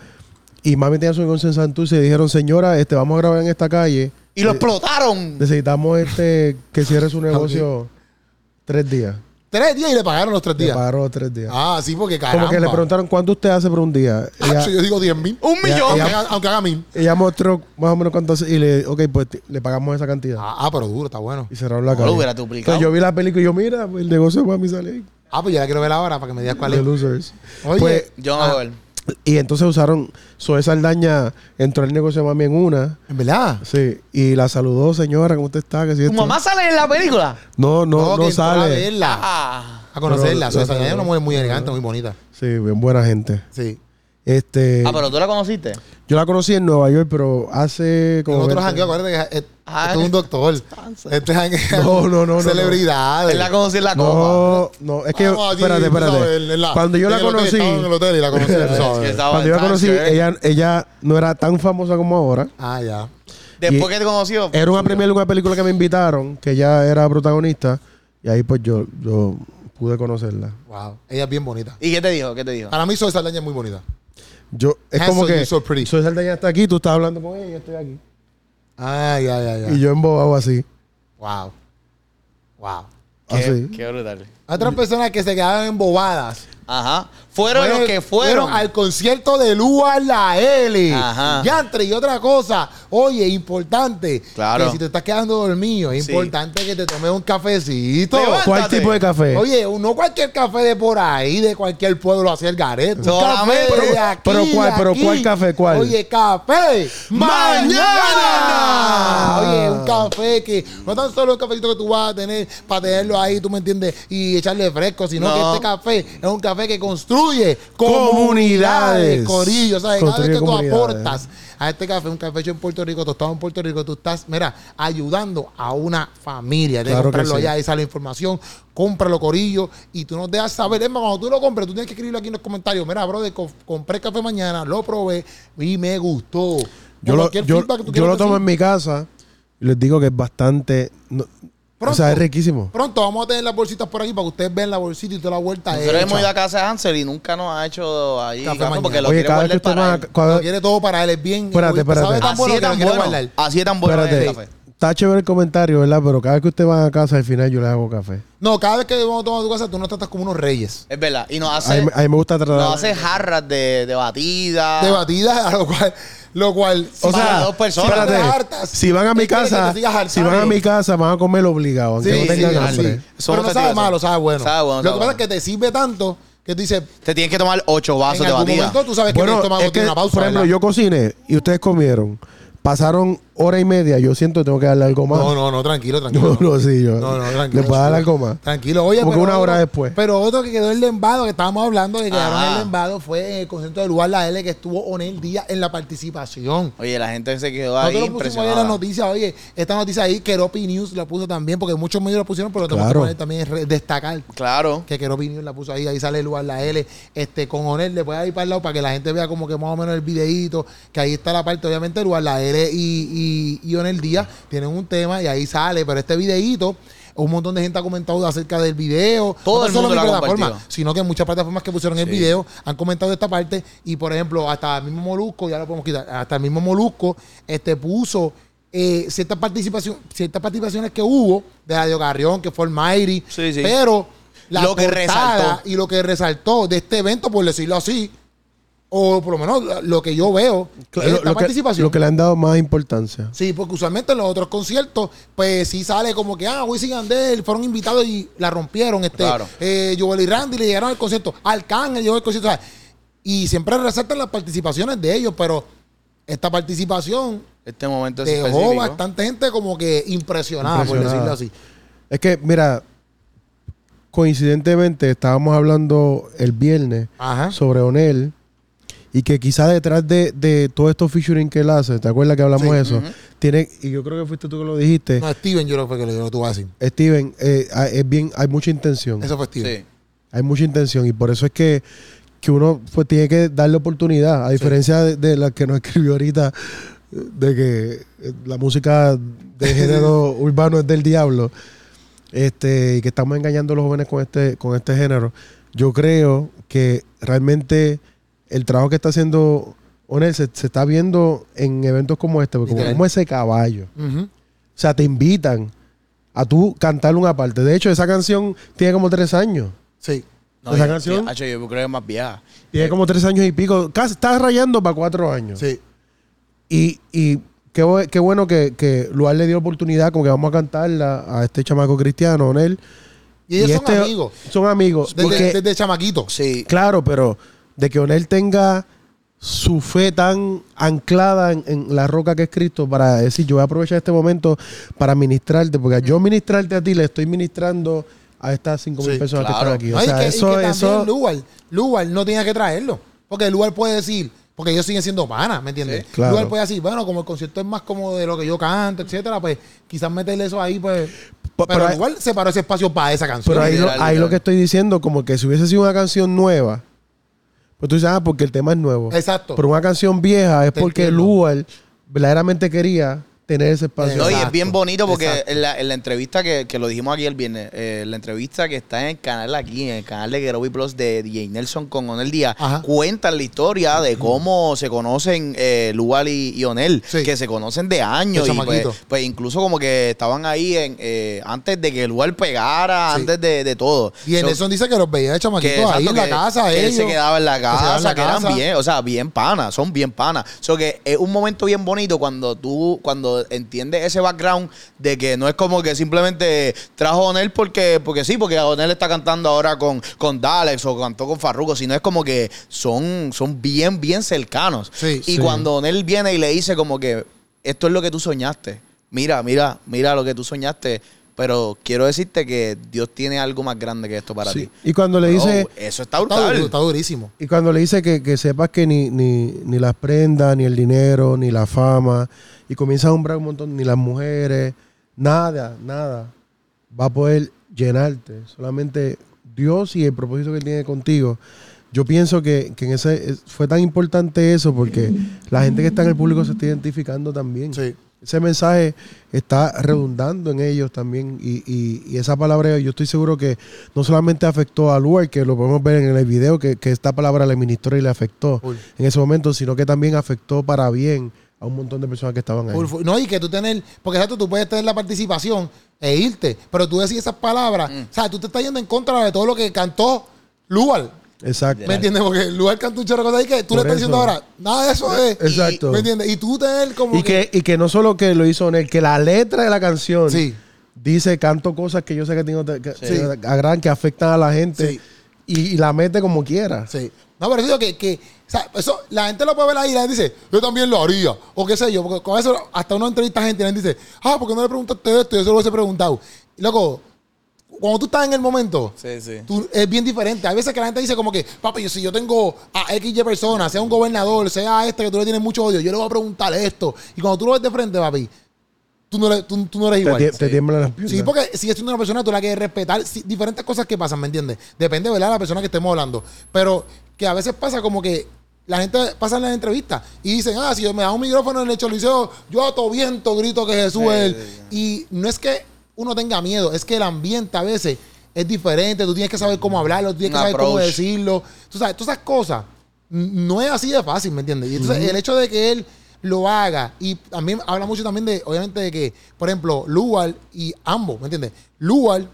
S2: Y mami tenía su negocio en Santurce y dijeron, señora, este, vamos a grabar en esta calle.
S3: y lo explotaron.
S2: Necesitamos este que cierre su negocio tres días.
S1: Tres días y le pagaron los tres
S2: Le
S1: días.
S2: pagaron tres días.
S1: Ah, sí, porque caramba. Ah,
S2: Como que le preguntaron cuánto usted hace por un día. Ella,
S1: Acho, yo digo 10 mil.
S3: Un
S2: Ya,
S3: millón.
S1: Aunque
S2: ya.
S1: haga, aunque haga mil.
S2: ella mostró más o menos cuánto hace y le, ok, pues te- le pagamos esa cantidad.
S1: Ah, ah, pero duro, está bueno.
S2: Y cerraron la
S3: No lo
S2: calle.
S3: hubiera duplicado.
S2: Entonces yo vi la película y yo, mira, pues, el negocio de mami sale ahí.
S1: Ah, pues ya la quiero ver ahora para que me digas cuál
S2: The
S1: es.
S2: Losers.
S1: Oye,
S2: Pues,
S3: Yo no veo él.
S2: y entonces usaron Zoe Saldaña, entró al negocio de mami en una.
S1: en verdad.
S2: Sí, y la saludó, señora, ¿cómo usted está? ¿Qué si
S3: ¿Tu
S2: esto?
S3: mamá sale en la película?
S2: No,
S1: No,
S2: no,
S1: que
S2: no
S1: entró A
S2: sale.
S1: verla,
S3: Ah.
S1: a conocerla.
S2: Pero-
S1: Sosa Saldaña es una mujer muy elegante, muy bonita.
S2: Sí, bien buena gente.
S1: Sí.
S2: Este,
S3: Ah, pero tú la conociste.
S2: yo la conocí en Nueva York, pero hace
S1: Con
S2: como
S1: otro
S2: 20
S1: jangueo, acuérdate que eh,
S3: Ah,
S1: esto es un doctor. Este jangueo.
S2: No, no, no, no,
S1: Celebridades.
S3: Él la conocí en la copa.
S2: No, no, es que
S1: Vamos allí,
S2: espérate,
S1: tú sabes,
S2: espérate.
S1: en la-
S2: cuando yo
S1: en
S2: la
S1: el hotel,
S2: conocí,
S1: estaba en el hotel y la conocí, tú
S3: Es que
S1: sabes.
S3: estaba
S2: cuando yo la
S3: tan
S2: conocí,
S3: chévere.
S2: ella, ella no era tan famosa como ahora.
S1: Ah, ya.
S3: Después que te conoció.
S2: Era una primera una película que me invitaron, que ella era protagonista y ahí pues yo yo pude conocerla.
S1: Wow. Ella es bien bonita.
S3: ¿Y qué te dijo? ¿Qué te dijo?
S1: Para mí, Soy Saldaña es muy bonita.
S2: Yo es
S1: Hansel,
S2: como que
S1: you're so pretty.
S2: soy Saldaña está aquí, tú estás hablando con ella, y yo estoy aquí
S1: Ay, ay, ay,
S2: y
S1: ay.
S2: yo embobado así,
S1: Wow. Wow.
S3: Qué,
S2: así.
S3: qué brutal.
S1: Otras personas que se quedaron embobadas.
S3: Ajá. Fueron los que fueron.
S1: al concierto de Lua La L.
S3: Ajá.
S1: Yantre, y otra cosa. Oye, importante.
S3: Claro.
S1: Que si te estás quedando dormido, es
S3: Sí.
S1: importante que te tomes un cafecito.
S3: Levántate.
S2: ¿Cuál tipo de café?
S1: Oye, no cualquier café de por ahí, de cualquier pueblo hacia el garete. Un
S3: Solamente.
S1: café de
S2: Pero-
S1: aquí,
S2: pero cuál,
S1: de
S2: pero
S1: aquí.
S2: cuál café, cuál?
S1: Oye, café.
S3: ¡Mañana!
S1: Oye, un café que no tan solo un cafecito que tú vas a tener para tenerlo ahí, tú me entiendes, y echarle fresco, sino
S3: No.
S1: que este café es un café que construye
S2: Comunidades.
S1: Corillo, ¿sabes? Cada vez
S2: Construye
S1: que tú
S2: comunidades.
S1: aportas a este café, un café hecho en Puerto Rico, tostado en Puerto Rico, tú estás, mira, ayudando a una familia. De
S2: Claro que
S1: comprarlo
S2: sí.
S1: allá, ahí sale la información, cómpralo, Corillo, y tú nos dejas saber. Es más, cuando tú lo compres, tú tienes que escribirlo aquí en los comentarios. Mira, brother, co- compré café mañana, lo probé y me gustó.
S2: Yo
S1: O
S2: lo,
S1: cualquier
S2: yo,
S1: feedback que tú
S2: yo
S1: quieras
S2: lo tomo en
S1: decir.
S2: mi casa y les digo que es bastante no- o
S1: Pronto.
S2: sea, es riquísimo.
S1: Pronto vamos a tener las bolsitas por aquí para que ustedes vean la bolsita y toda la vuelta.
S3: Nosotros
S1: hecha.
S3: hemos ido a casa de Hansel y nunca nos ha hecho ahí
S1: Café
S3: café
S1: mañana.
S3: porque lo
S2: Oye,
S3: quiere
S2: cada vez que
S3: guardar
S2: usted
S3: para
S2: va
S3: él.
S1: Lo
S2: cuando-
S1: quiere todo para él, es bien.
S2: Espérate,
S1: egoísta.
S2: espérate.
S1: Sabe tan
S3: Así
S1: bueno
S3: es
S1: que lo
S3: tan
S1: quiere
S3: bueno.
S1: guardar.
S3: Así es tan bueno
S2: Espérate,
S3: el café.
S2: está chévere el comentario, ¿verdad? Pero cada vez que ustedes van a casa, al final yo les hago café.
S1: No, cada vez que vamos a tomar tu casa, tú no tratas como unos reyes.
S3: Es verdad. Y nos
S2: A mí,
S3: hace,
S2: a mí me gusta tratar.
S3: nos hace jarras de, de batida.
S1: De batida, a lo cual. Lo cual
S2: o
S1: si-
S3: para
S2: sea,
S3: dos personas.
S2: espérate,
S1: Están hartas.
S2: si van
S1: ¿Qué
S2: a mi
S1: quieres que
S2: casa,
S1: te sigas
S2: si
S1: hartando?
S2: van a mi casa, van a comer obligado, aunque
S1: Sí,
S2: no
S1: sí,
S2: tengan
S1: sí, sí.
S2: hambre.
S3: Son
S1: Pero no sabe
S3: objetivos,
S1: malo, sabe bueno.
S3: Sabe
S1: Lo
S3: bueno, sabe
S1: que pasa es
S3: bueno.
S1: que te sirve tanto que tú dices,
S3: Te tienes que tomar ocho vasos
S1: en
S3: de
S1: algún
S3: batida.
S1: momento tú sabes que
S2: Bueno,
S1: el estómago
S2: es que,
S1: tiene una pausa.
S2: por ejemplo,
S1: ¿verdad?
S2: yo cociné y ustedes comieron. Pasaron hora y media, yo siento que tengo que darle algo más.
S1: No, no, no, tranquilo, tranquilo.
S2: No, no, sí, yo.
S1: No, no, tranquilo.
S2: ¿Le puedo dar algo más?
S1: Tranquilo, oye.
S2: Como que
S1: pero
S2: una hora
S1: otro-
S2: después.
S1: Pero otro que quedó el lembado, que estábamos hablando de que
S3: Ajá.
S1: quedaron el lembado, fue en el concierto de lugar la L que estuvo Onel Díaz en la participación.
S3: Oye, la gente se quedó
S1: Nosotros
S3: ahí
S1: lo pusimos ahí en
S3: impresionada.
S1: las noticias, oye, esta noticia ahí, Keropi News la puso también, porque muchos medios la pusieron, pero lo tenemos que
S2: Claro.
S1: poner también es re- destacar.
S3: Claro.
S1: Que Keropi News la puso ahí, ahí sale el lugar la L, este, con Onel, le puede ir para el lado para que la gente vea como que más o menos el videíto, que ahí está la parte, obviamente, el lugar la L y, y, y Onel Díaz tienen un tema y ahí sale, pero este videíto, un montón de gente ha comentado acerca del video,
S3: Todo
S1: no
S3: el
S1: solo mi
S3: mundo lo ha
S1: plataforma,
S3: compartido.
S1: sino que muchas plataformas que pusieron el video han comentado esta parte y por ejemplo hasta el mismo Molusco, ya lo podemos quitar, hasta el mismo Molusco este puso eh, ciertas participación, ciertas participaciones que hubo de Radio Carrión, que fue el Mayri,
S3: Sí, sí.
S1: pero
S3: Lo que
S1: portada
S3: resaltó.
S1: y lo que resaltó de este evento, por decirlo así, o por lo menos lo que yo veo, es
S2: Claro, Eh, lo-
S1: esta
S2: lo, que,
S1: participación.
S2: lo que le han dado más importancia.
S1: Sí, porque usualmente en los otros conciertos, pues sí sale como que, ah, Wisin y Yandel fueron invitados y la rompieron. Este,
S3: Claro.
S1: eh, Joel y Randy le llegaron al concierto. Arcángel llegó al concierto. o sea, y siempre resaltan las participaciones de ellos, pero esta participación
S3: Este momento es
S1: dejó
S3: específico.
S1: bastante gente como que impresionada, por
S2: Impresionada.
S1: decirlo así.
S2: Es que, mira, coincidentemente estábamos hablando el viernes
S1: Ajá.
S2: sobre Onel y que quizá detrás de, de todo esto featuring que él hace, ¿te acuerdas que hablamos
S1: Sí. Ah.
S2: de eso? Tiene, y yo creo que fuiste tú que lo dijiste,
S1: No, Steven, yo lo fue que lo, lo tuvo así.
S2: Steven, eh, ah, es bien, hay mucha intención.
S1: Eso fue Steven.
S3: Sí.
S2: Hay mucha intención y por eso es que, que uno pues, tiene que darle oportunidad, a diferencia de, de la que nos escribió ahorita, de que eh, la música de género urbano es del diablo este, y que estamos engañando a los jóvenes con este, con este género. Yo creo que realmente el trabajo que está haciendo Onel se, se está viendo en eventos como este, porque como,
S1: Literal.
S2: como ese caballo.
S1: Ujú.
S2: O sea, te invitan a tú cantar una parte. De hecho, esa canción tiene como tres años.
S1: Sí.
S3: No,
S2: ¿Esa
S3: yo-
S2: canción?
S3: Hacho, yo creo que es más vieja.
S2: Tiene como tres años y pico. Casi, está rayando para cuatro años.
S1: Sí.
S2: Y, y qué, bu- qué bueno que, que Luar le dio oportunidad, como que vamos a cantarla a este chamaco cristiano, Onel.
S1: Y ellos
S2: Y
S1: son
S2: este-
S1: amigos.
S2: Son amigos.
S1: Desde,
S2: porque-
S1: desde chamaquito.
S3: Sí.
S2: Claro, pero de que Onel tenga su fe tan anclada en, en la roca que es Cristo para decir, yo voy a aprovechar este momento para ministrarte, porque a yo ministrarte a ti le estoy ministrando a estas cinco mil
S1: Sí,
S2: personas
S3: claro.
S2: que están aquí. O
S1: No, y
S2: sea,
S1: que- y que
S2: eso,
S1: también
S2: eso,
S1: Lugar, Lugar no tenía que traerlo. Porque Lugar puede decir, porque ellos siguen siendo panas, ¿me entiendes?
S3: Sí.
S2: Claro.
S1: Lugar puede decir, bueno, como el concierto es más como de lo que yo canto, etcétera, pues quizás meterle eso ahí, pues.
S2: Pa-
S1: pero
S2: pero hay-
S1: Lugar separó ese espacio para esa canción.
S2: Pero ahí, lo,
S3: Literal,
S2: ahí
S3: literal.
S2: lo que estoy diciendo, como que si hubiese sido una canción nueva, pues tú dices, ah, porque el tema es nuevo.
S1: Exacto.
S2: Pero una canción vieja es
S1: Te
S2: porque
S1: entiendo.
S2: Lugar verdaderamente quería tener ese espacio.
S3: Eh, No, y
S1: Exacto,
S3: es bien bonito porque
S1: exacto.
S3: en la, en la entrevista que, que lo dijimos aquí el viernes, eh, la entrevista que está en el canal aquí, en el canal de Gerobi Plus de DJ Nelson con Onel Díaz,
S1: Ajá.
S3: cuentan la historia de cómo se conocen eh, Lual y, y Onel,
S1: Sí.
S3: que se conocen de años.
S1: De
S3: y pues,
S1: chamaquito.
S3: pues incluso como que estaban ahí en, eh, antes de que Lual pegara,
S1: Sí.
S3: antes de, de todo.
S1: y en
S3: So-
S1: eso dice que los veía de
S3: que,
S1: chamaquitos ahí
S3: exacto,
S1: en la
S3: que-
S1: casa,
S3: que él
S1: ellos.
S3: se quedaba en la
S1: se quedaba
S3: casa,
S1: en la
S3: que eran
S1: casa.
S3: bien, o sea, bien panas, son bien panas. O sea, que es un momento bien bonito cuando tú, cuando entiendes ese background de que no es como que simplemente trajo a Onel porque, porque sí, porque Onel está cantando ahora con, con Dalex o cantó con Farruko, sino es como que son, son bien, bien cercanos.
S1: Sí,
S3: y
S2: sí.
S3: cuando Onel viene y le dice como que esto es lo que tú soñaste, mira, mira, mira lo que tú soñaste. Pero quiero decirte que Dios tiene algo más grande que esto para
S2: Sí.
S3: ti. oh,
S2: Y cuando le
S3: Bro,
S2: dice,
S3: Eso
S1: Está,
S3: está brutal.
S1: duro, está durísimo.
S2: y cuando le dice que, que sepas que ni, ni, ni las prendas, ni el dinero, ni la fama, y comienza a nombrar un montón, ni las mujeres, nada, nada, va a poder llenarte. Solamente Dios y el propósito que Él tiene contigo. Yo pienso que, que en ese es- fue tan importante eso porque la gente que está en el público se está identificando también.
S1: Sí.
S2: Ese mensaje está redundando en ellos también y, y- y esa palabra yo estoy seguro que no solamente afectó a Luar, que lo podemos ver en el video, que, que esta palabra le ministró y le afectó
S1: Full.
S2: en ese momento, sino que también afectó para bien a un montón de personas que estaban ahí.
S1: Full, full. No, y que tú tener, porque exacto, tú puedes tener la participación e irte, pero tú decís esas palabras, o sea, tú te estás yendo en contra de todo lo que cantó Lugar.
S2: Exacto.
S1: ¿Me entiendes? Porque el lugar canta un chorro de cosas ahí que tú le
S2: Por
S1: estás diciendo
S2: eso. Eh,
S1: ahora, nada de eso es.
S2: Exacto.
S1: ¿Me entiendes? Y tú tener como.
S2: Y que, y que no solo que lo hizo Onel, que la letra de la canción
S1: Sí.
S2: dice canto cosas que yo sé que tengo que, que-
S1: Sí.
S2: que agradan, que afectan a la gente.
S1: Sí.
S2: y, y la mete como quiera.
S1: Sí. No, pero digo que, que o sea, eso, la gente lo puede ver ahí y la gente dice, yo también lo haría. O qué sé yo, porque con eso hasta uno entrevista a gente y la gente dice, ah, ¿por qué no le preguntaste esto? Yo se lo hubiese preguntado. Y, Loco, cuando tú estás en el momento,
S3: Sí, sí.
S1: tú- es bien diferente. Hay veces que la gente dice como que, papi, yo- si yo tengo a X Y personas, sea un gobernador, sea este que tú le tienes mucho odio, yo le voy a preguntar esto. Y cuando tú lo ves de frente, papi, tú no, le- tú, tú no eres
S2: Te,
S1: igual.
S2: tie- te tiemblan las piernas.
S1: Sí, porque sigue siendo una persona, tú la quieres respetar. Sí, diferentes cosas que pasan, ¿me entiendes? Depende, ¿verdad? De la persona que estemos hablando. Pero que a veces pasa como que la gente pasa en las entrevistas y dicen, ah, si me da un micrófono en el choliseo, yo a todo viento grito que Jesús es él. Y no es que uno tenga miedo, es que el ambiente a veces es diferente. Tú tienes que saber cómo hablarlo, tú tienes que
S4: Un
S1: saber cómo
S4: approach.
S1: decirlo. Tú sabes, todas esas cosas n- no es así de fácil, ¿me entiendes? Y entonces el hecho de que él lo haga y también habla mucho también de, obviamente, de que, por ejemplo, Lugar y ambos, ¿me entiendes? Lugar,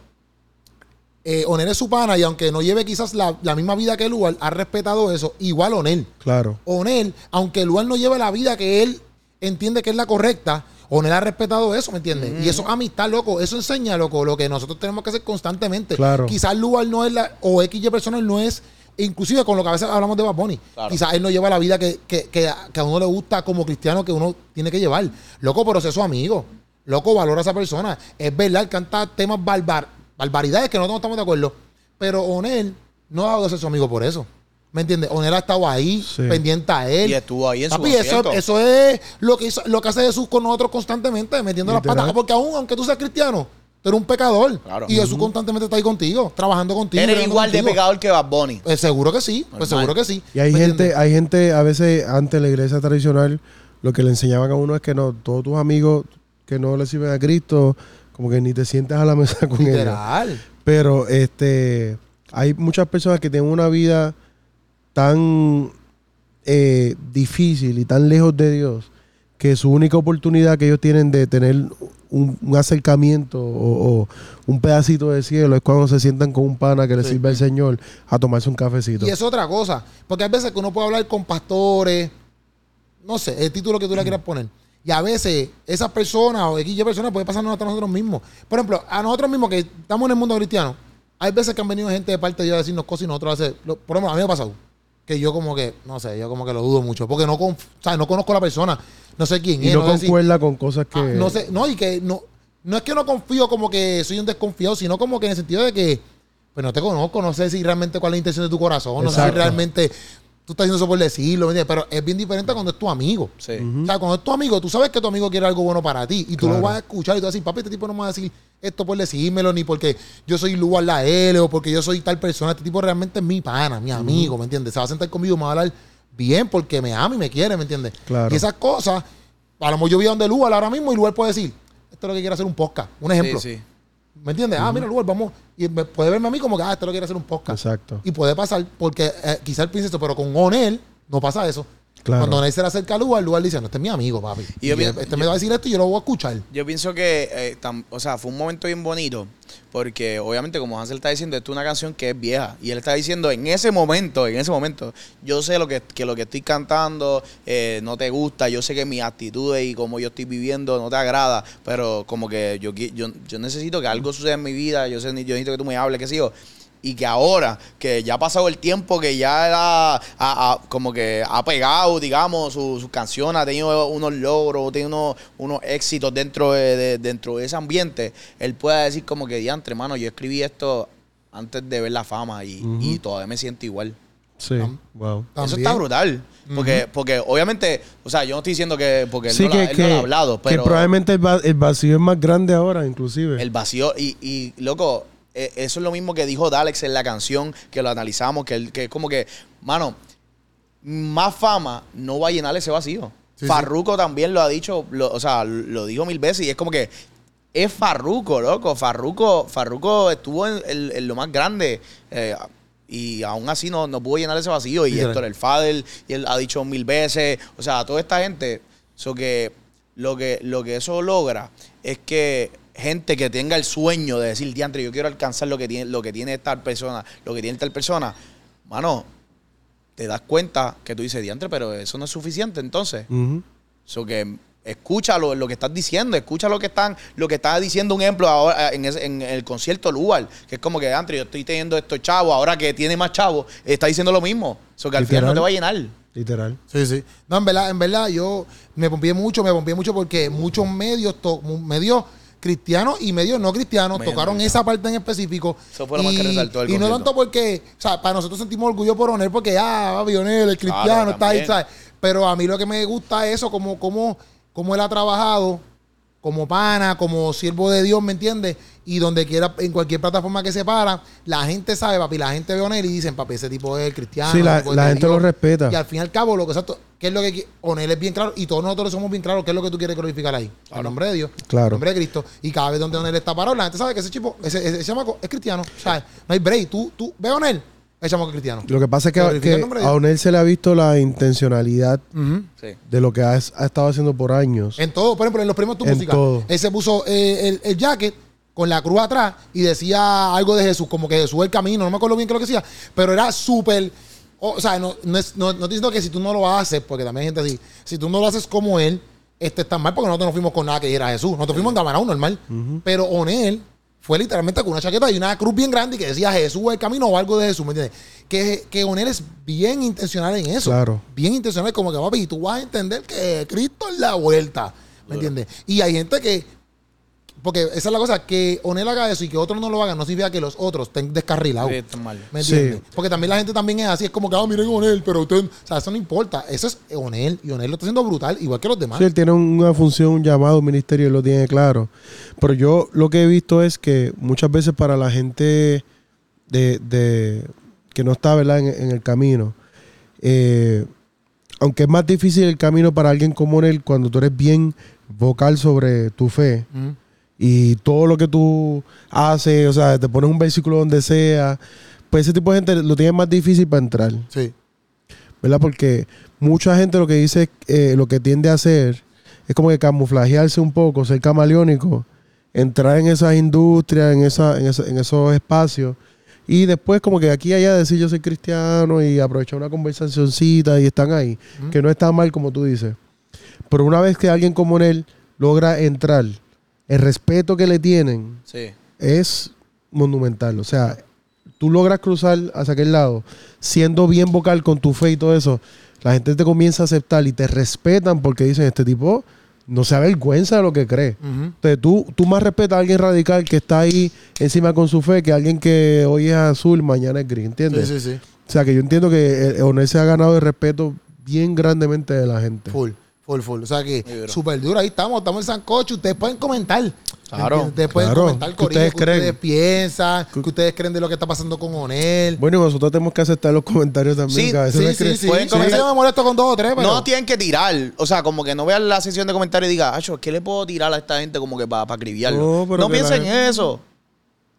S1: eh, Onel es su pana y aunque no lleve quizás la, la misma vida que Lugar, ha respetado eso, igual Onel.
S2: Claro.
S1: Onel, aunque Lugar no lleve la vida que él entiende que es la correcta, Onel ha respetado eso, ¿me entiendes? Y eso es amistad, loco. Eso enseña, loco, lo que nosotros tenemos que hacer constantemente.
S2: Claro.
S1: Quizás Lugar no es la, o XY personas no es, inclusive con lo que a veces hablamos de Bad Bunny.
S3: Claro.
S1: Quizás él no lleva la vida que, que- que- que a uno le gusta como cristiano que uno tiene que llevar. Loco, pero es su amigo. Loco, valora a esa persona. Es verdad, él canta temas barbar, barbaridades que nosotros no estamos de acuerdo. Pero Onel no ha dado de ser su amigo por eso. ¿Me entiendes? Onel ha estado ahí,
S2: Sí.
S1: pendiente a él.
S3: Y estuvo ahí en su
S1: Papi, eso,
S3: concierto.
S1: eso es lo que, hizo- lo que hace Jesús con nosotros constantemente, metiendo las
S2: Literal.
S1: patas. Porque aún, aunque tú seas cristiano, tú eres un pecador.
S3: Claro.
S1: Y Jesús constantemente está ahí contigo, trabajando contigo.
S3: Eres
S1: bregando
S3: igual de
S1: contigo.
S3: pecador que Bad Bunny.
S1: Eh, seguro que sí, pues
S3: Normal.
S1: seguro que sí.
S2: Y hay
S1: ¿Me
S2: gente,
S1: entiendes?
S2: hay gente, a veces, antes la iglesia tradicional, lo que le enseñaban a uno es que no, todos tus amigos que no le sirven a Cristo, como que ni te sientas a la mesa con ellos.
S1: Literal.
S2: Pero este hay muchas personas que tienen una vida tan eh, difícil y tan lejos de Dios que su única oportunidad que ellos tienen de tener un, un acercamiento o, o un pedacito de cielo es cuando se sientan con un pana que le
S1: Sí.
S2: sirve al Señor a tomarse un cafecito.
S1: Y es otra cosa. Porque hay veces que uno puede hablar con pastores, no sé, el título que tú le quieras poner. Y a veces esas personas o X personas puede pasarnos hasta nosotros mismos. Por ejemplo, a nosotros mismos que estamos en el mundo cristiano, hay veces que han venido gente de parte de Dios a decirnos cosas y nosotros hace, lo- por lo menos a mí me ha pasado. Que yo como que, no sé, yo como que lo dudo mucho. Porque no, conf- o sea, no conozco a la persona, no sé quién
S2: Y
S1: es.
S2: no
S1: sé si-
S2: concuerda con cosas que...
S1: Ah, no sé, no, y que no, no es que no confío como que soy un desconfiado, sino como que en el sentido de que, pues no te conozco, no sé si realmente cuál es la intención de tu corazón, no sé si
S2: Exacto.
S1: realmente tú estás haciendo eso por decirlo, ¿me entiendes? pero es bien diferente cuando es tu amigo.
S3: Sí.
S1: O sea, cuando es tu amigo, tú sabes que tu amigo quiere algo bueno para ti y tú lo
S2: Claro.
S1: vas a escuchar y tú vas a decir, papi, este tipo no me va a decir esto por decírmelo, ni porque yo soy lugar la L o porque yo soy tal persona. Este tipo realmente es mi pana, mi amigo, ¿me entiendes? Se va a sentar conmigo, me va a hablar bien porque me ama y me quiere, ¿me entiendes?
S2: Claro.
S1: Y esas cosas, a lo mejor yo vi donde lugar ahora mismo y lugar puede decir, esto es lo que quiere hacer un podcast, un ejemplo.
S3: Sí, sí.
S1: ¿Me entiendes? Ah, mira, lugar, vamos. Y me- puede verme a mí como que, ah, esto es lo que quiere hacer un podcast.
S2: Exacto.
S1: Y puede pasar, porque eh, quizá el piensa eso, pero con Onel no pasa eso.
S2: Claro.
S1: Cuando Onel se le acerca al lugar, el lugar dice, no, este es mi amigo, papi.
S3: Y
S1: Y,
S3: yo vi-
S1: este
S3: yo-
S1: me va a decir esto y yo lo voy a escuchar.
S3: Yo pienso que, eh, tam- o sea, fue un momento bien bonito, porque obviamente, como Hansel está diciendo, esto es una canción que es vieja. Y él está diciendo, en ese momento, en ese momento, yo sé lo que, que lo que estoy cantando eh, no te gusta, yo sé que mis actitudes y cómo yo estoy viviendo no te agrada, pero como que yo, qui- yo, yo necesito que algo suceda en mi vida, yo, sé, yo necesito que tú me hables, qué sé yo. Y que ahora, que ya ha pasado el tiempo, que ya era a- a- como que ha pegado, digamos, su- sus canciones, ha tenido unos logros, tiene unos, unos éxitos dentro de, de- dentro de ese ambiente, él pueda decir como que, diantre, hermano, yo escribí esto antes de ver la fama y, y todavía me siento igual.
S2: Sí.
S3: ah,
S2: Wow.
S3: Eso
S1: También.
S3: está brutal. Porque, porque obviamente, o sea, yo no estoy diciendo que porque él
S2: Sí,
S3: no,
S2: que,
S3: la- él no
S2: que-
S3: lo ha hablado,
S2: que
S3: pero
S2: probablemente el, va- el vacío es más grande ahora, inclusive.
S3: el vacío y, y, loco, eh, eso es lo mismo que dijo Dalex en la canción, que lo analizamos, que, él- que es como que, mano, más fama no va a llenar ese vacío.
S1: Sí, sí.
S3: Farruco también lo ha dicho, lo- o sea, lo dijo mil veces y es como que es Farruco, loco. Farruco, Farruco estuvo en, en- en lo más grande eh, y aún así no, no pudo llenar ese vacío. Y
S1: Literal.
S3: Héctor El Fadel, y él ha dicho mil veces, o sea, toda esta gente. So que lo que, lo que eso logra es que gente que tenga el sueño de decir, diantre, yo quiero alcanzar lo que tiene, lo que tiene tal persona, lo que tiene tal persona, mano, te das cuenta que tú dices, diantre, pero eso no es suficiente entonces.
S2: Ujú.
S3: So que
S5: Escúchalo lo que estás diciendo, escucha lo que están, lo que está diciendo un ejemplo ahora eh, en, ese- en el concierto Lugar, que es como que André, yo estoy teniendo estos chavos, ahora que tiene más chavos, está diciendo lo mismo. Eso que al final no
S2: Literal.
S5: te va a llenar.
S2: Literal.
S1: Sí, sí. No, en verdad, en verdad, yo me pompié mucho, me pompié mucho porque muchos medios, to- medios cristianos y medios no cristianos,
S5: Medios
S1: tocaron
S5: cristianos.
S1: esa parte en específico.
S5: Eso fue lo más que
S1: Y-
S5: resaltó del
S1: Y no
S5: concierto.
S1: tanto porque, o sea, para nosotros sentimos orgullo por Onel porque, ah, Onel, el cristiano,
S5: Claro,
S1: está ahí,
S5: también.
S1: ¿sabes? Pero a mí lo que me gusta es eso, como, como, como él ha trabajado como pana, como siervo de Dios, ¿me entiendes? Y donde quiera, en cualquier plataforma que se para, la gente sabe, papi, la gente ve a Onel y dicen, papi, ese tipo es cristiano.
S2: Sí, la-
S1: tipo es
S2: la
S1: de
S2: gente lo respeta.
S1: Y al fin y al cabo, lo que exacto, ¿qué es lo que qui- Onel es bien claro? Y todos nosotros somos bien claros, ¿qué es lo que tú quieres glorificar ahí? El nombre de Dios,
S2: Claro.
S1: el nombre de Cristo. Y cada vez donde Onel está parado, la gente sabe que ese chico, ese, ese, ese chamaco es cristiano. ¿sabes? No hay break. Tú, tú, ve a Onel, ese chamaco es cristiano.
S2: Lo que pasa es que,
S1: Glorifica
S2: que
S1: el nombre de
S2: a
S1: Dios.
S2: Onel se le ha visto la intencionalidad
S1: Ujú.
S5: Sí.
S2: de lo que ha, ha estado haciendo por años.
S1: En todo, por ejemplo, en los premios Tu
S2: En
S1: Música.
S2: todo.
S1: Él se puso eh, el, el jacket con la cruz atrás y decía algo de Jesús, como que Jesús es el camino, no me acuerdo bien qué es lo que decía, pero era súper. O o sea, no, no, es- no- no estoy diciendo que si tú no lo haces, porque también hay gente así, si tú no lo haces como él, este está mal, porque nosotros no fuimos con nada que era Jesús, nosotros fuimos en Damanau normal, pero con él fue literalmente con una chaqueta y una cruz bien grande y que decía Jesús es el camino o algo de Jesús, ¿me entiendes? Que, que Onel es bien intencional en eso
S2: Claro.
S1: bien intencional, como que papi, tú vas a entender que Cristo es la vuelta. ¿Me entiendes? Y hay gente que. Porque esa es la cosa, que Onel haga eso y que otros no lo hagan, no significa que los otros estén descarrilados.
S5: Sí, está mal.
S1: ¿Me
S2: Sí.
S1: entiendes? Porque también la gente también es así, es como que, ah, miren Onel, pero usted. O sea, eso no importa. Eso es Onel y Onel lo está haciendo brutal, igual que los demás.
S2: Sí, él tiene una función, un llamado, un ministerio, él lo tiene claro. Pero yo lo que he visto es que muchas veces para la gente de, de- que no está ¿verdad? En, en el camino, eh, aunque es más difícil el camino para alguien como él, cuando tú eres bien vocal sobre tu fe
S1: Mm.
S2: y todo lo que tú haces, o sea, te pones un versículo donde sea, pues ese tipo de gente lo tiene más difícil para entrar.
S1: Sí.
S2: ¿verdad? Porque mucha gente lo que dice, eh, lo que tiende a hacer, es como que camuflajearse un poco, ser camaleónico, entrar en esas industrias, en, esa, en, esa- en esos espacios, y después como que aquí y allá decir yo soy cristiano y aprovechar una conversacioncita y están ahí, que no está mal como tú dices. Pero una vez que alguien como él logra entrar, el respeto que le tienen,
S5: Sí.
S2: es monumental. O sea, tú logras cruzar hacia aquel lado, siendo bien vocal con tu fe y todo eso, la gente te comienza a aceptar y te respetan porque dicen, este tipo no se avergüenza de lo que cree.
S1: Ujú.
S2: Entonces, tú, tú más respetas a alguien radical que está ahí encima con su fe que alguien que hoy es azul, mañana es gris,
S1: Sí,
S2: ¿entiendes?
S1: sí, sí.
S2: O sea, que yo entiendo que eh, Onel se ha ganado el respeto bien grandemente de la gente.
S1: Full, full, full. O sea
S5: Muy
S1: que
S5: duro.
S1: súper duro. Ahí estamos, estamos en Sancocho. Ustedes pueden comentar.
S5: Claro,
S1: ¿Entiendes? Ustedes pueden
S2: claro.
S1: comentar,
S2: ¿Qué
S1: Corillo,
S2: ustedes
S1: que ustedes
S2: creen?
S1: piensan, que ustedes creen de lo que está pasando con Onel.
S2: Bueno, y nosotros tenemos que aceptar los comentarios también.
S5: Sí,
S2: que a veces
S1: sí,
S2: nos
S1: sí,
S2: escriben-
S1: sí.
S5: Pueden
S1: Sí,
S5: comentar.
S1: yo me molesto con dos o tres, pero...
S5: No tienen que tirar. O sea, como que no vean la sección de comentarios y digan, Acho, ¿qué le puedo tirar a esta gente como que para acribillarlo?
S2: No,
S5: No,
S2: pero que
S5: piensen
S2: la-
S5: en eso.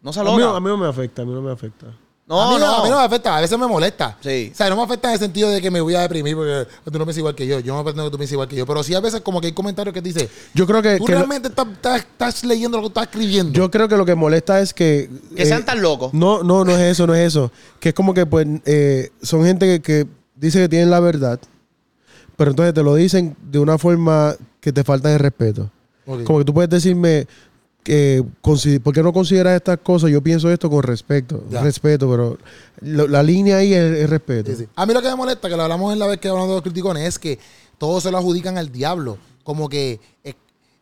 S5: No se
S2: A mí no-
S5: aloca.
S2: a mí no me afecta, a mí no me afecta.
S1: a
S5: No,
S1: mí no, a mí no
S5: no.
S1: me afecta, a veces me molesta.
S5: Sí.
S1: O sea, no me afecta en el sentido de que me voy a deprimir porque tú no piensas igual que yo. Yo no pretendo que tú pienses igual que yo. Pero sí a veces como que hay comentarios que te dicen,
S2: Yo creo que,
S1: tú
S2: que lo-
S1: realmente estás, estás- estás leyendo lo que estás escribiendo.
S2: yo creo que lo que molesta es que
S5: Que
S2: eh,
S5: sean tan locos.
S2: no no no es eso no es eso que es como que pues eh, son gente que, que dice que tienen la verdad pero entonces te lo dicen de una forma que te falta de respeto
S1: Ok.
S2: como que tú puedes decirme que consi- ¿por qué no consideras estas cosas? Yo pienso esto con respeto,
S1: Ya.
S2: respeto, pero lo- la línea ahí es, es respeto.
S1: Sí, sí. A mí lo que me molesta, que lo hablamos en la vez que hablamos de los criticones, es que todos se lo adjudican al diablo. Como que es,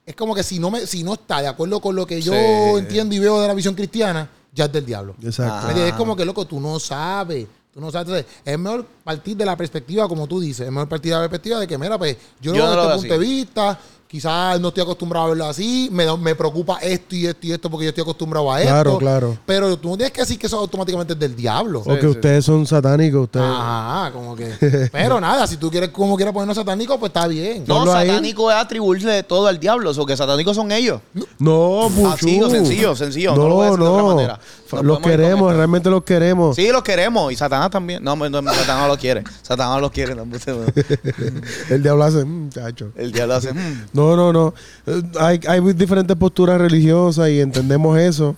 S1: es como que si no me, si no está de acuerdo con lo que yo
S5: Sí.
S1: entiendo y veo de la visión cristiana, ya es del diablo.
S2: Exacto.
S1: ¿Me entiendes? Es como que, loco, tú no sabes. Tú no sabes. Entonces, es mejor partir de la perspectiva, como tú dices. Es mejor partir de la perspectiva de que, mira, pues, yo,
S5: Yo
S1: no
S5: no
S1: veo
S5: lo
S1: este
S5: veo
S1: punto de vista. Quizás no estoy acostumbrado a verlo así. Me, da- me preocupa esto y esto y esto porque yo estoy acostumbrado a esto.
S2: Claro, claro.
S1: Pero tú no tienes que decir que eso automáticamente es del diablo.
S2: o que ustedes son satánicos, ustedes.
S1: Ajá, como que. Pero nada, si tú quieres, como quieras ponernos satánico, pues está bien.
S5: No,
S2: ponlo ahí.
S5: satánico es atribuirle todo al diablo. O sea, que satánicos son ellos.
S1: Ah,
S2: No, Puchu.
S5: Así, o sencillo, sencillo, no lo voy a
S2: No, no.
S5: decir de otra manera. No
S2: los
S5: podemos ir con
S2: queremos,
S5: esta.
S2: realmente los queremos.
S5: Sí, los queremos. Y Satanás también. No, hombre, no, Satanás no los quiere. Satanás no los quiere. no, embuste, no.
S2: El diablo hace, "Mm, chacho".
S5: El diablo hace. mm.
S2: No, no, no. Eh, Hay, hay diferentes posturas religiosas y entendemos eso.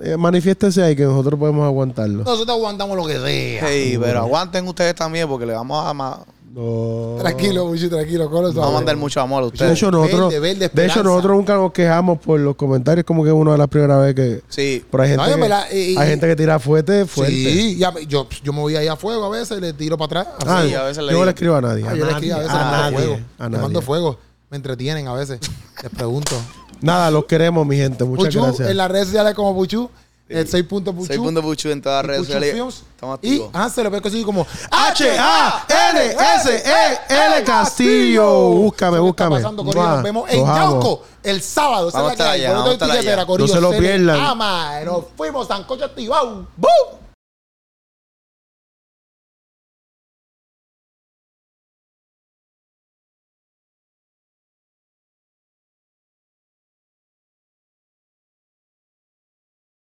S2: Eh, manifiéstese ahí que nosotros podemos aguantarlo.
S1: Nosotros aguantamos lo que sea.
S5: Ey, pero aguanten ustedes también porque le vamos a ma-
S2: No.
S1: Tranquilo, Buchi, tranquilo. Colo,
S5: No va a mandar mucho amor a
S2: De
S5: ustedes.
S2: hecho, nosotros,
S1: Verde, verde,
S2: de
S1: esperanza.
S2: hecho, nosotros nunca nos quejamos por los comentarios, como que es una de las primeras veces que.
S5: sí.
S2: Pero hay gente,
S1: No, yo
S2: que,
S1: me la- y-
S2: hay gente que tira fuerte, fuerte.
S1: Sí, ya me- yo, yo me voy ahí a fuego a veces, le tiro para atrás. A
S2: Ah,
S1: fuego.
S5: Sí, a veces le
S2: yo no
S5: digo.
S2: le escribo a nadie.
S1: Ah, yo le escribo, a veces le
S2: a
S1: mando
S2: nadie,
S1: fuego.
S2: a
S1: Le mando
S2: nadie.
S1: fuego. Me entretienen a veces. Les pregunto.
S2: Nada, los queremos, mi gente. Muchas
S1: Puchu,
S2: gracias.
S1: Pues en las redes sociales como Puchu, el 6 punto Puchu.
S5: Soy Punto Puchu en todas las redes
S1: Puchu Films.
S5: sociales. Estamos
S1: Y
S5: activos.
S1: ah, se lo puede conseguir como
S2: H-A-N-S-E-L Castillo. Búscame,
S1: Eso que está
S2: búscame.
S1: pasando, Corillo.
S2: Mua,
S1: Nos vemos en
S2: los amo.
S1: Yauco el sábado. Esa
S5: Vamos
S1: es
S5: a
S1: la que
S5: estar
S1: hay.
S5: allá,
S1: Boleto de
S5: vamos a estar
S1: tiquetera,
S5: allá.
S1: Corillo.
S2: No se lo
S1: les
S2: pierdan.
S1: Ama, nos fuimos, Sancocho activado. ¡Bum!